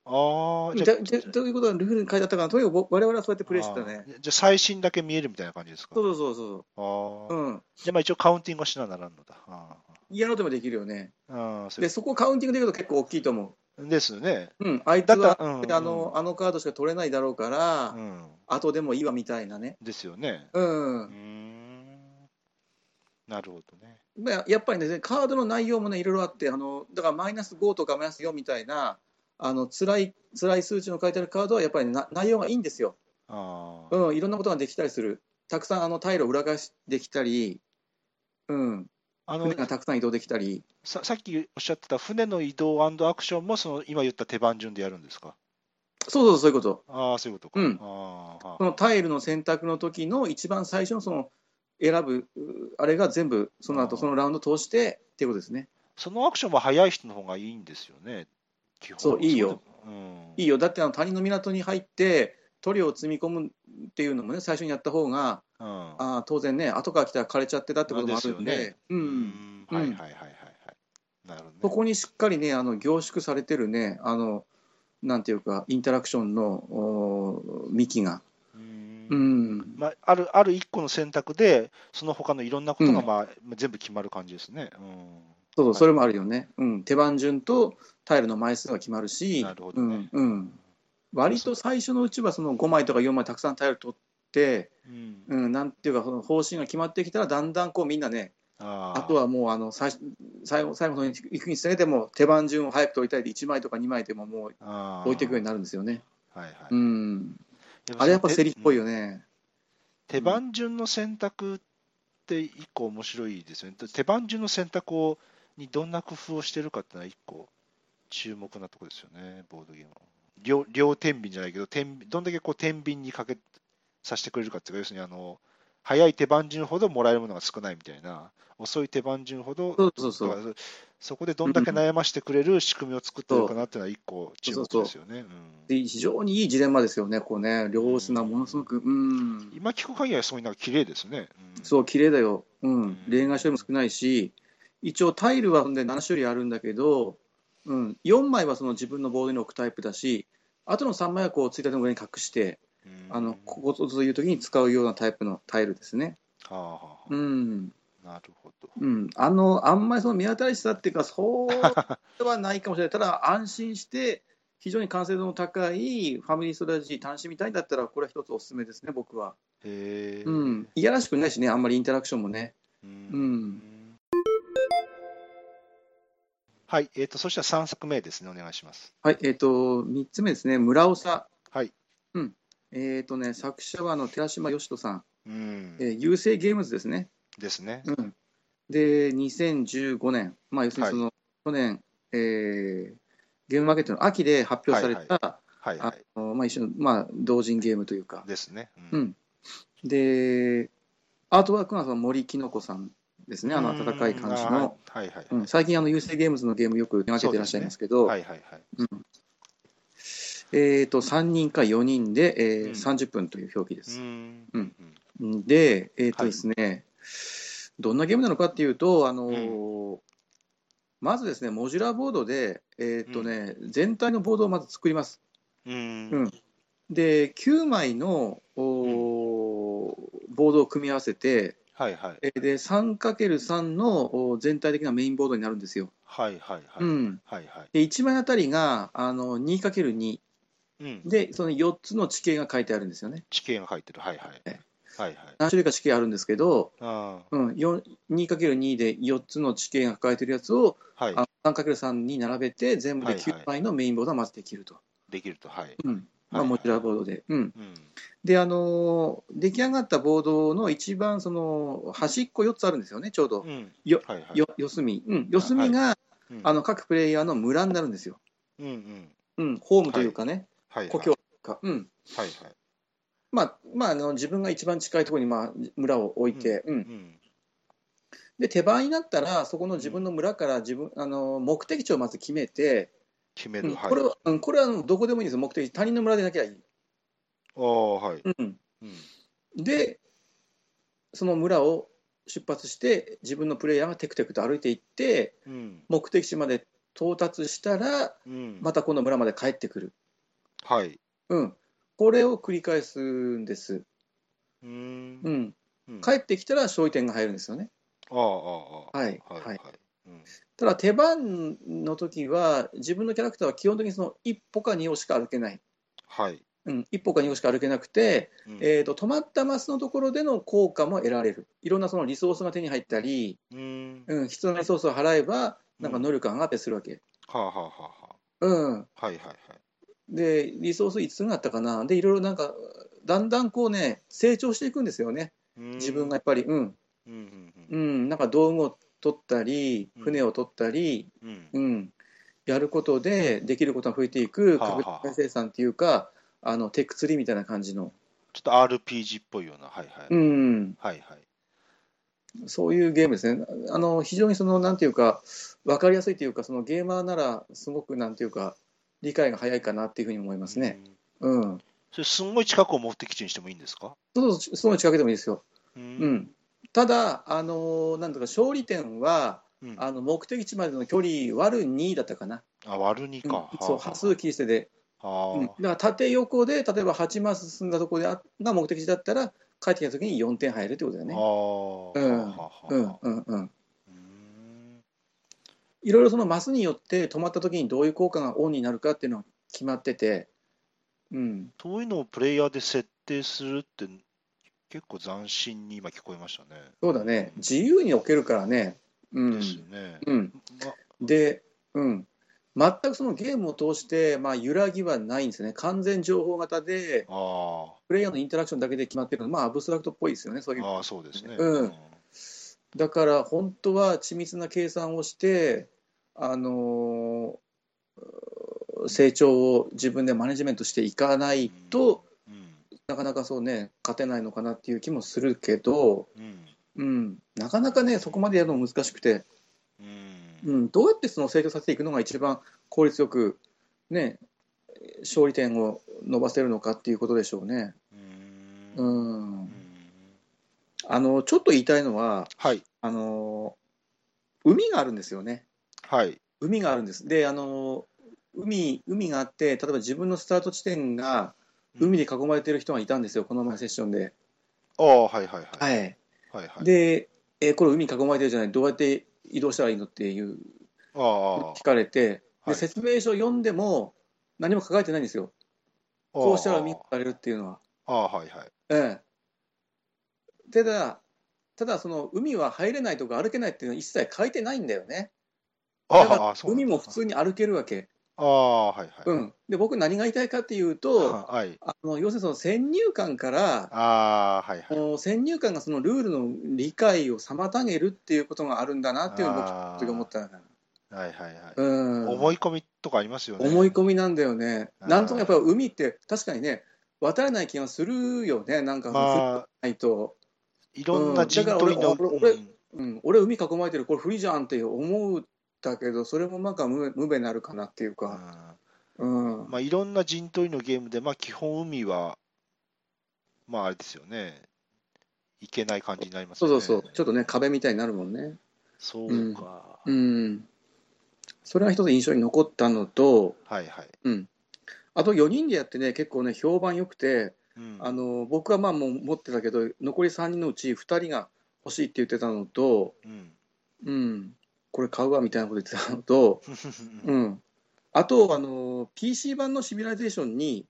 ああ、じゃあだでということは、ルールに書いてあったから、とにかく僕我々はそうやってプレイしてたね。あーじゃあ最新だけ見えるみたいな感じですか。そうそうそうあそう、ーうん、じゃあまあ一応カウンティングはしなならんのだ。あ嫌なこともできるよね。ーあー、そうで、そこカウンティングできると結構大きいと思ですよね。う。うん、あいつだっはたらうんあのあのカードしか取れないだろうから、うん、後でもいいわみたいなね。ですよね。ううーん、ん。なるほどね。まあ、やっぱりね、カードの内容もね、いろいろあって、あのだからマイナス5とかマイナス4みたいな、あの辛い辛い数値の書いてあるカードは、やっぱりね、な内容がいいんですよ、ああ、うん、いろんなことができたりする、たくさんあのタイルを裏返しできたり、うん、あの船がたくさん移動できたり、さ、さっきおっしゃってた船の移動アクションもその今言った手番順でやるんですか。そうそうそう、そういうこと、ああ、そういうことか。うんあーあー、そのタイルの選択の時の一番最初のその選ぶ、うあれが全部、その後あーそのラウンド通してっていうことですね。そのアクションも早い人の方がいいんですよね。基本そういいよ。そうでもうん。いいよだってあの谷の港に入って塗料を積み込むっていうのもね最初にやった方がうん。あー当然ね後から来たら枯れちゃってたってこともあるんでですよねう、うんんはいはいはいはいはい。なるほそどね。こにしっかりねあの凝縮されてるねあのなんていうかインタラクションのおー幹が、ううんん、まあ、あるある一個の選択で、その他のいろんなことが、うんまあ、全部決まる感じですね。うんそうそうはいそれもあるよね、うん、手番順とタイルの枚数が決まるしなるほどねうんうん、割と最初のうちはその5枚とか4枚たくさんタイル取って、うんうん、なんていうかその方針が決まってきたらだんだんこうみんなねああとははもうあの最最後最後の方に行くにつれても手番順を早く取りたいで1枚とか2枚でももうあー置いていくようになるんですよね。はいはい、うん、あれやっぱセリっぽいよね。ね。手番順の選択って一個面白いですよね。手番順の選択をにどんな工夫をしてるかってのは一個注目なとこですよね、ボードゲームは両両天秤じゃないけど、天秤どんだけこう天秤にかけさせてくれるかっていうか、要するにあの早い手番順ほどもらえるものが少ないみたいな、遅い手番順ほどそうそうそだう。からそこでどんだけ悩ましてくれる仕組みを作ってるかなっていうのは一個注目ですよね。うんで非常にいいジレンマですよね、こうね、両砂ものすごく、うん、今聞く限りはそういうのが綺麗ですね。うんそう、綺麗だよ、ううんん、例外処理も少ないし、一応、タイルはで7種類あるんだけど、うん、4枚はその自分のボードに置くタイプだし、あとの3枚はこうツイッターの上に隠して、うんあのこことという時に使うようなタイプのタイルですね。はあはあはあうん、なるほど。うん、あのあんまりその見当たりしさっていうか、そうはないかもしれな い、ただ安心して、非常に完成度の高いファミリーストラテジー、楽しみたいんだったら、これは一つおすすめですね、僕は。へえ。うん、いやらしくないしね、あんまりインタラクションもね。ううん。はい、えっ、と、そしたら三作目ですね、お願いします。はい、えっ、と、3つ目ですね、村尾さはい。ん。えっ、とね、作者はあの寺島義人さん、うん。えー、優勢ゲームズですね。ですね。うん、で、2015年、まあ、要するにその、去年、えーゲームマーケットの秋で発表された、はいはあのまあ、一種の、まあ、同人ゲームというかい。、ですね。う。ん、で、アートワークはその森きのこさんですね、あの温かい感じうんの、。あーはいはいはうん、最近、あの優勢ゲームズのゲーム、よく手がけていらっしゃいますけど、い。はいはいはい。えー、と3人か4人で、えーうん30分という表記でうす。ん。うんうんで、えーはといですねどんなゲームなのかっていうと、あのーまずですね、モジュラーボードで、えーとね全体のボードをまず作ります。うん。うんで、9枚のおーボードを組み合わせて、はいはい。えーで 3×3 のおー全体的なメインボードになるんですよ。はいはいはうい。ん、はいはい。で1枚あたりがあの 2×2 うん。で、その4つの地形が書いてあるんですよね。地形が入ってる。はいはいえ。はいはい。何種類か地形あるんですけど、あうん、4 2×2 で4つの地形が抱えてるやつを、あ。はあ 3×3 に並べて、全部ではいはい9枚のメインボードがまずできると、い。できると。はい。うんまはあ、いモジュラーボードで。うん、うん。で、あのー出来上がったボードの一番その端っこ4つあるんですよね、ちょうど、うん。よはいはい。よ四隅、うん、四隅が、うんあの各プレイヤーの村になるんですよ、うんうん。うん、ホームというかね、はいはい。故郷というか。うんはいはい。まあまあ、あの自分が一番近いところに、まあ、村を置いて、うんうん。で手番になったらそこの自分の村から自分あの目的地をまず決めて、決めうる。んはい。これはうんこれはあのどこでもいいんですよ目的地他人の村でなきゃいい、ああ、はい。うんうん。でその村を出発して自分のプレイヤーがテクテクと歩いていってうん。目的地まで到達したらうん。またこの村まで帰ってくる、はい。うん、これを繰り返すんです、うーんう。ん、うん帰ってきたら勝利点が入るんですよねああ、ああ、あはい、あ。はい。ははいい。うんただ手番の時は自分のキャラクターは基本的にその一歩か二歩しか歩けない、はい。うん、一歩か二歩しか歩けなくて、うんえー、と止まったマスのところでの効果も得られるいろんなそのリソースが手に入ったり、うーん。うん、必要なリソースを払えばなんか能力が上がってするわけ、はあ、はあ、はあ、はうん、あ。はい、はい、はい。でリソース5つがあったかなでいろいろなんかだんだんこうね成長していくんですよねうーん自分が。やっぱりうん、うん、うん、ううんん、なんか道具を取ったりうん船を取ったり、うん。うん、やることでできることが増えていくはあ拡はあ大生産っていうかあのテックツリーみたいな感じの、ちょっと RPG っぽいような。はい、はうい。ん、はい、はい。そういうゲームですねあの非常にそのなんていうか分かりやすいというかそのゲーマーならすごくなんていうか理解が早いかなっていうふうに思いますね。うん。うん、それ、すんごい近くを目的地にしてもいいんですかそうそうそういうの近くでもいいですよ。うう。ん、ただあのなんとか勝利点はうんあの目的地までの距離割る2だったかな、あ、割る2うんか。そはうあ端数。切り捨てではうんだから縦横で例えば8マス進んだところであが目的地だったら帰ってきた時に4点入るってことだよあ。ね。はあ。うんはあうんはあ。ううーんうん、ん。いろいろそのマスによって止まった時にどういう効果がオンになるかっていうのは決まってて、うん、そういうのをプレイヤーで設定するって結構斬新に今聞こえましたね。そうだね自由に置けるからねうんですよね。うんまで、うん、全くそのゲームを通して、まあ、揺らぎはないんですよね、完全情報型で、あプレイヤーのインタラクションだけで決まってるのまあ、アブストラクトっぽいですよね、そういうー、あーそうですね。うんだから本当は緻密な計算をして、あのー成長を自分でマネジメントしていかないと、うん、なかなかそうね、勝てないのかなっていう気もするけど、うん、うん、なかなかね、そこまでやるの難しくて。うん、うん、どうやってその成長させていくのが一番効率よく、ね、勝利点を伸ばせるのかっていうことでしょうね。うん、ううんん、あのちょっと言いたいのははい、あの海があるんですよね。はい、海があるんです。であの海海があって例えば自分のスタート地点が海で囲まれてる人がいたんですよこの前セッションで。ああ、はいはいはい。はい、はいはい、で、えこれ海に囲まれてるじゃないどうやって移動したらいいのっていうああ、あ聞かれてはいで説明書読んでも何も書かれてないんですよ。こうしたら見あられるっていうのは。あ、はいはい。ええ、ただ、ただその海は入れないとか歩けないっていうのは一切書いてないんだよね。あだからああ、そうな海んだも普通に歩けるわけ。ああ、はいはい。うん、で僕何が言いたいかっていうと、はい。あの要するにその先入観から、ああ、はいはあい。の先入観がそのルールの理解を妨げるっていうことがあるんだなっていうのを僕あーちょっと思ったな、はいはいはい。うん、思い込みとかありますよね。思い込みなんだよね。あーなんとかやっぱり海って確かにね渡れない気がするよねなんか降まあ、ないと。いろんな陣取りの。うんだから俺俺うん、俺海囲まれてるこれ不利じゃんって思うんだけどそれもなんか無無べなるかなっていううんか、うんまあ、いろんな陣取りのゲームで、まあ、基本海は、まあ、あれですよね。いけない感じになりますそうよそね。うそうちょっとね壁みたいになるもんねそうか。うんそれが一つ印象に残ったのとはいはい。あと4人でやってね結構ね評判良くてうんあの僕はまあもう持ってたけど残り3人のうち2人が欲しいって言ってたのとうん。うんこれ買うわみたいなこと言ってたのと、うん、あとあの PC 版のシビライゼーションに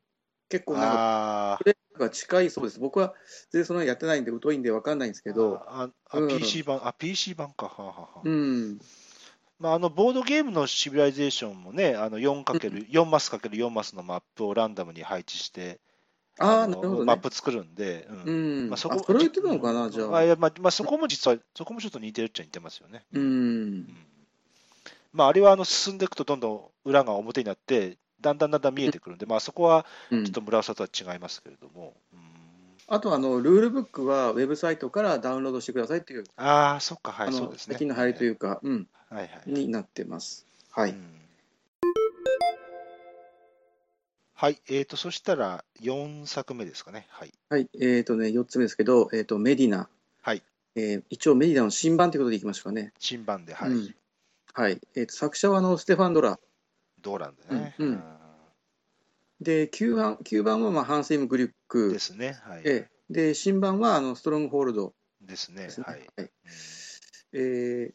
結構なんかああ、が近いそうです。僕は全然そのやってないんで疎いんでわかんないんですけど、ああうん PC 版、あ、PC 版か。はあはあはあうん、まあ、あのボードゲームのシビライゼーションもね、あの 4×4 4マス ×4 マスのマップをランダムに配置して、あああなのるほどマッね。プ作るんで、うんうん、まああそそこれを言ってたのかなじゃまああい。やまあまあ、そこも実は、そこもちょっと似てるっちゃ似てますよね。ううんん、まあ、あれはあの進んでいくと、どんどん裏が表になって、だんだんだんだん見えてくるんで、まあ、そこはうんちょっと村長とは違いますけれども、うんあとあのルールブックはウェブサイトからダウンロードしてくださいっていう、ああ、そっか、はあい、そうのですね。最近の流行りといううか、うん、はいはいになってます。はうい。んはい、えーと、そしたら4作目ですかね。はい。はい。えっ、とね四つ目ですけど、えっ、とメディナ。はい。えー一応メディナの新版ということでいきましょうかね。新版で、はい。うんはい。えっ、と作者はあのステファンドラ。ドーランでね。うんうんで九版九版はまあハンセイムグリュッうんクで。すね。はい。ええで新版はあのストロングホールド。ですねです。ねはい。はいえ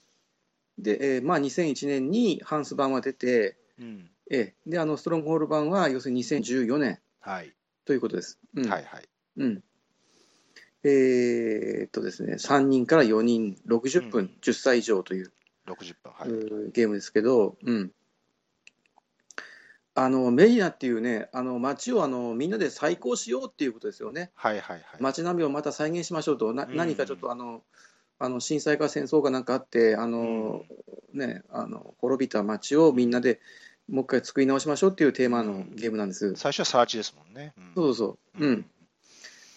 ーで、えーまあ、2001年にハンス版は出て、うんうん。えーであのストロングホール版は要するに2014年はい。ということです。うんはいはい。うんえーっとですね、3人から4人60分、うん10歳以上という、。60分。はいうーゲームですけど、うん、あのメリナっていうねあの街をあのみんなで再興しようっていうことですよね。はいはいはい。街並みをまた再現しましょうと、なうん何かちょっとあのあの震災か戦争かなんかあって、あのね、あの滅びた街をみんなでもう一回作り直しましょうっていうテーマのゲームなんです。最初はサーチですもんね。うんそうそうそう。うん、。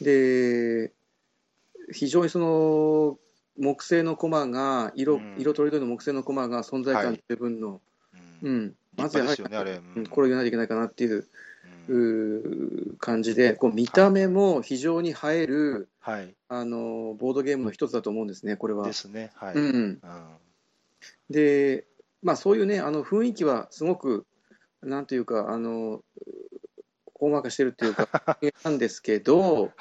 で、非常にその木製のコマが色、うん色とりどりの木製のコマが存在は感い十分の、う。うんん、ま立ずや派はですり、よね、あれ。ううんんこれを言わなきゃいけないかなっていううんうー感じで、こう見た目も非常に映える。はい。あのボードゲームの一つだと思うんですね、これは。ですね。はい。ううんん、はで、まあ、そういうね、あの雰囲気はすごく、なんというか、あのほんわかしてるっていうか、 なんですけど、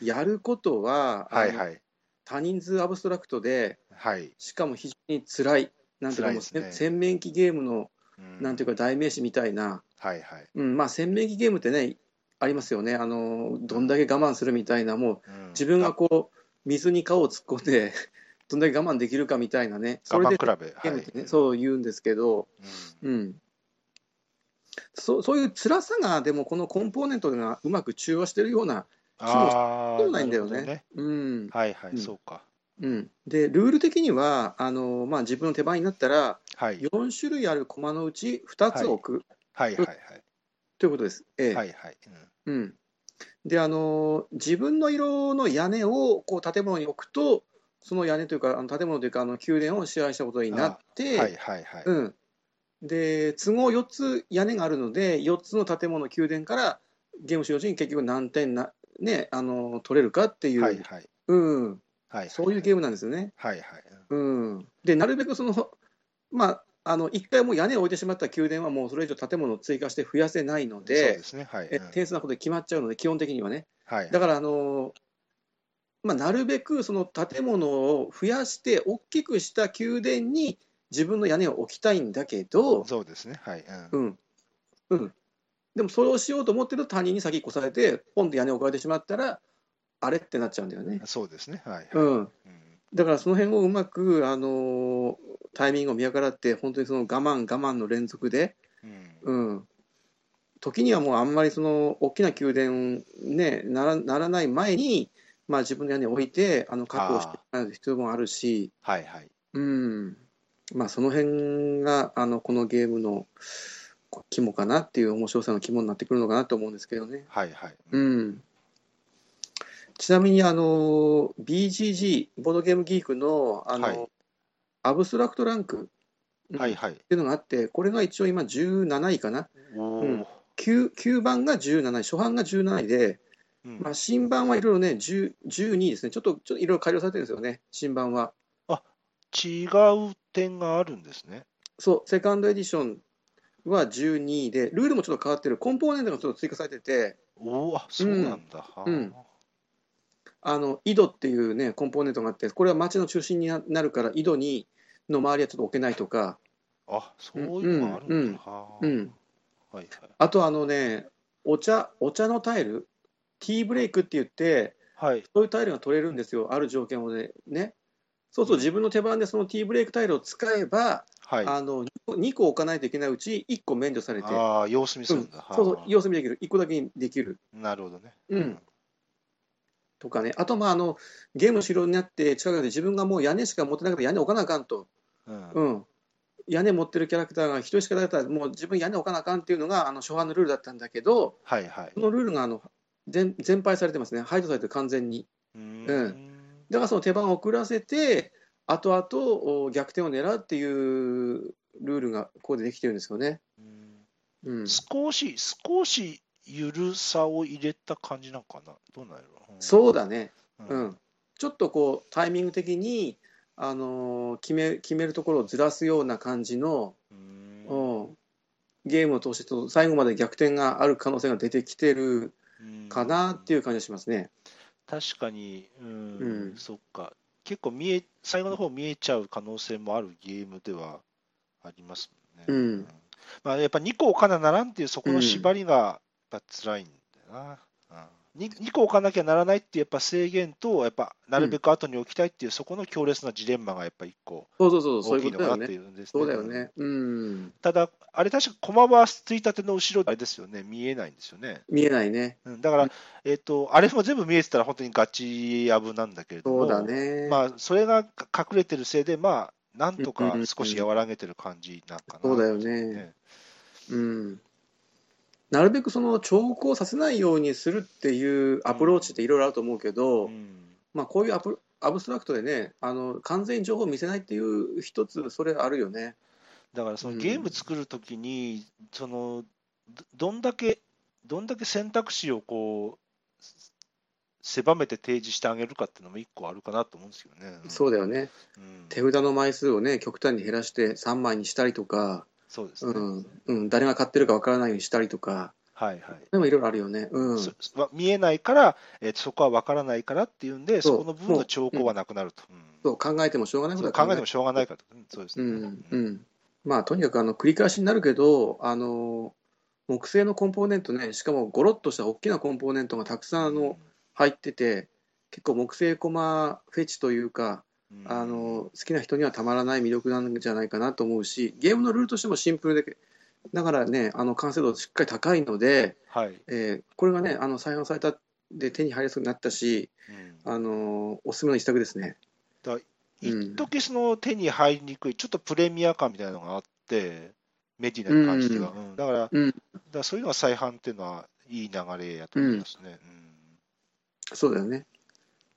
い。やることは、あはのいはい。多人数アブストラクトで、はい。しかも非常につらい、なんていうかもう、辛いですね洗面器ゲームの、なんていうか。か、代名詞みたいな、はいはい。うんまあ、洗面器ゲームってね、ありますよねあのどんだけ我慢するみたいなもううん自分がこう水に顔を突っ込んで どんだけ我慢できるかみたいなねあそれで我慢比べ、はいゲームってねそう言うんですけど、うんうん、そうそういう辛さがでもこのコンポーネントではうまく中和してるような、あーそうなんだよねるほどうんはいはい、うんそうか。うん、でルール的にはあの、まあ、自分の手番になったらはい、 4種類ある駒のうち2つ置く、はいはいはい。ということです。ええはいはい。うんうん、であの自分の色の屋根をこう建物に置くとその屋根というかあの建物というかあの宮殿を支配したことになって、はいはいはい。うん、で都合4つ屋根があるので4つの建物宮殿からゲーム終了時に結局何点な、ね、あの取れるかっていう、はいはい。うん、はい。そういうゲームなんですよね。はいはい。うんうん、でなるべくその、まあ、あの1回もう屋根を置いてしまった宮殿はもうそれ以上建物を追加して増やせないのそうでですね。はい。えうん点数なことで決まっちゃうので基本的にはね。はい。だから、あのまあ、なるべくその建物を増やして大きくした宮殿に自分の屋根を置きたいんだけど、そうですね。はい。うんうんうん、でもそれをしようと思ってると他人に先越されてポンと屋根を置かれてしまったらあれってなっちゃうんだよね。そうですね。はい。ううんん、だからその辺をうまく、あのータイミングを見計らって本当にその我慢我慢の連続で、うんうん、時にはもうあんまりその大きな宮殿、ね、ならならない前に、まあ、自分の屋根を置いてあの確保してもらう必要もあるしはいはい。うんまあ、その辺があのこのゲームのこう肝かなっていう面白さの肝になってくるのかなと思うんですけどね。はいはい。ううんん、ちなみにあの BGG ボードゲームギークのあの、はいアブストラクトランクうんはいっはい。ていうのがあってこれが一応今17位かなおうんー 9, 9番が17位初版が17位で、うんまあ、新版はいろいろね10 12位ですねちょっとちょっといろいろ改良されてるんですよね新版は違う点があるんですね。そうセカンドエディションは12位でルールもちょっと変わってるコンポーネントがちょっと追加されてておお、あ、そうなんだ。はあうんあの井戸っていうねコンポーネントがあってこれは町の中心にななるから井戸にの周りはちょっと置けないとか、あ、そういうのがあるんだ。はあうん、はいはい。あとあのねお茶お茶のタイルティーブレイクって言ってはい。そういうタイルが取れるんですよある条件をねねそうすると自分の手番でそのティーブレイクタイルを使えば、はい。あの2個置かないといけないうち1個免除されて、うん、ああ、様子見すそるうんだ。はあそう様子見できる1個だけにできるなるほどね。うんとかねあとまああのゲーム終了になって近くで自分がもう屋根しか持ってなくて屋根置かなあかんとうん。うんうん、屋根持ってるキャラクターが一人しかだったらもう自分屋根置かなあかんっていうのがあの初版のルールだったんだけどはいはいそ。のルールがあの全全廃されてますね排除されてる完全にううだからその手番を遅らせて後々お逆転を狙うっていうルールがここでできてるんですよね、うんうん、少し、少し緩さを入れた感じなんかな。どうなんやろ。んそうだね、う。うんん、ちょっとこうタイミング的に、あのー決め決めるところをずらすような感じの、うんうん、ゲームを通してちょっと最後まで逆転がある可能性が出てきてるかなっていう感じがしますね。確かに、うん、うんそっか、結構見え、最後の方見えちゃう可能性もあるゲームではありますもんね。うんまあ、やっぱ2個置かなならんっていう、そこの縛りがやっぱ辛いんだよな。うん、2, 個置かなきゃならないっていうやっぱ制限と、やっぱなるべく後に置きたいっていう、そこの強烈なジレンマがやっぱ1個そうそうそう、そう大いうきいことのだかなよってね。いうんですそうだよ。ね。うん。ただ、あれ確か駒はついたての後ろ、あれですよね、見えないんですよね。見えないね。うん、だから、えっと、あれも全部見えてたら本当にガチアブなんだけれども、そうだね。まあ、それがか隠れてるせいで、まあ、なんとうんうかんうん少し和らげてる感じなんかな。そうだよね。うん。なるべくその兆候させないようにするっていうアプローチっていろいろあると思うけど、うんまあこういうアプアブストラクトでね、あの完全に情報を見せないっていう一つそれあるよね。だからそのうんゲーム作るときに、そのどどんだけどんだけ選択肢をこうせ狭めて提示してあげるかっていうのも一個あるかなと思うんですけどね。そうだ、だよね。うん手札の枚数をね、極端に減らして3枚にしたりとか、そうですうね。ん、うん、誰が買ってるかわからないようにしたりとか、はいはい。でもいろいろあるよね。うん。そわ見えないから、えーそこは分からないからっていうんで、そそうこの部分の兆候はなくなると。うんそう考えてもしょうがないこそとうは考えてもしょうがないからと。うんそうですうね。んうんまあとにかくあの繰り返しになるけどあの木製のコンポーネントねしかもゴロッとした大きなコンポーネントがたくさんあの入ってて結構木製コマフェチというかうんあの好きな人にはたまらない魅力なんじゃないかなと思うしゲームのルールとしてもシンプルでだからねあの完成度しっかり高いので、はい、えーこれがねあの再販されたで手に入りやすくなったしうんあのおすすめの一作ですね。一時その手に入りにくい、ちょっとプレミア感みたいなのがあって、メディナに関しては。うんだから、うんだからそういうのが再販っていうのはいい流れやと思いますね。うんそうだよね。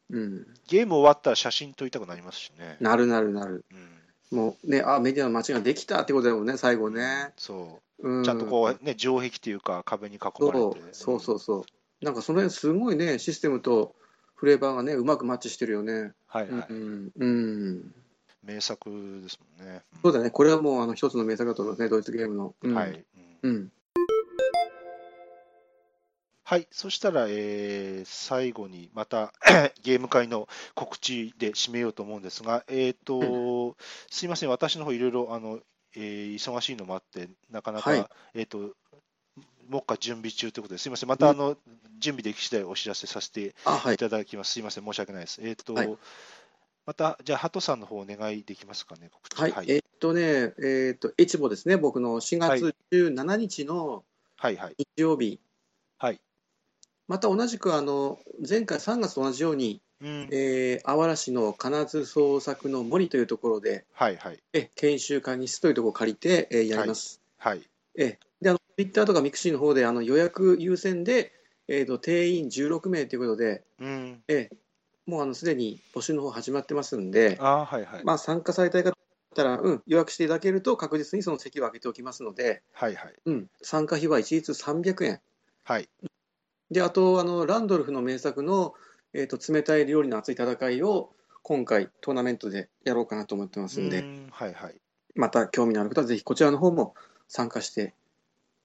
うん、ゲーム終わったら写真撮りたくなりますしね。なるなるなる。うんもうね、あメディアの街ができたってことだもんね、最後ね。そうう、ん、ちゃんとこう、ね、城壁というか、壁に囲そまれうて、そうそうそう。なんかその辺すごいね、システムとフレーバーがね、うまくマッチしてるよね。はいはい、うん、うん、名作ですもんね。うんそうだね、これはもうあの一つの名作だと思いますね、ドイツゲームの。うん、はい、うんうん、はい、そしたら、えー最後にまた ゲーム会の告知で締めようと思うんですが、えーとすいません、私の方いろいろあの、えー忙しいのもあって、なかなか、はいえー、と目下準備中ということですいません、またあの、準備でき次第お知らせさせてあ、はいい。ただきます。すいません、申し訳ないです。えーとはいまた、じゃあ、ハトさんの方お願いできますかね、告知。はい、えっとね、えっと、エチボですね、僕の4は月17日のはい、はい、日曜日。はい。また同じく、あの、前回3月と同じように、うん、えー、あわら市の金津創作の森というところで、はい、はい、え研修会議室というところを借りて、えーやります。はい、えであの、ツイッターとかミクシーの方であの予約優先で、えー、と定員16名ということで、うん、えもうあのすでに募集の方始まってますんで、あーはい、はい、まあ、参加されたい方だったら、うん、予約していただけると確実にその席を空けておきますので、はい、はい、うん、参加費は一律300円。はい、で、あと、あのランドルフの名作の、えーと「冷たい料理の熱い戦い」を今回トーナメントでやろうかなと思ってますんう、でんはい、はい。また興味のある方はぜひこちらの方も参加して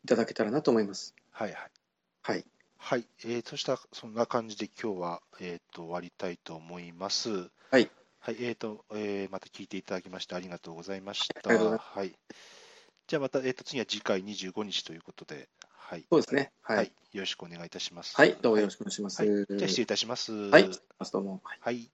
いただけたらなと思います。はいはい。はい。はい。えー、そしたら、そんな感じで今日は、えー、と終わりたいと思います。はい。はい。えー、と、えーまた聞いていただきましてありがとうございましありた。がとうございはい。じゃあまた、えー、と次は次回25日ということで、はい。そうですね。はい。ははいい。よろしくお願いいたします。どうもよろししくお願いします。はい。じゃあ失礼いたします。はい。どうも。はい。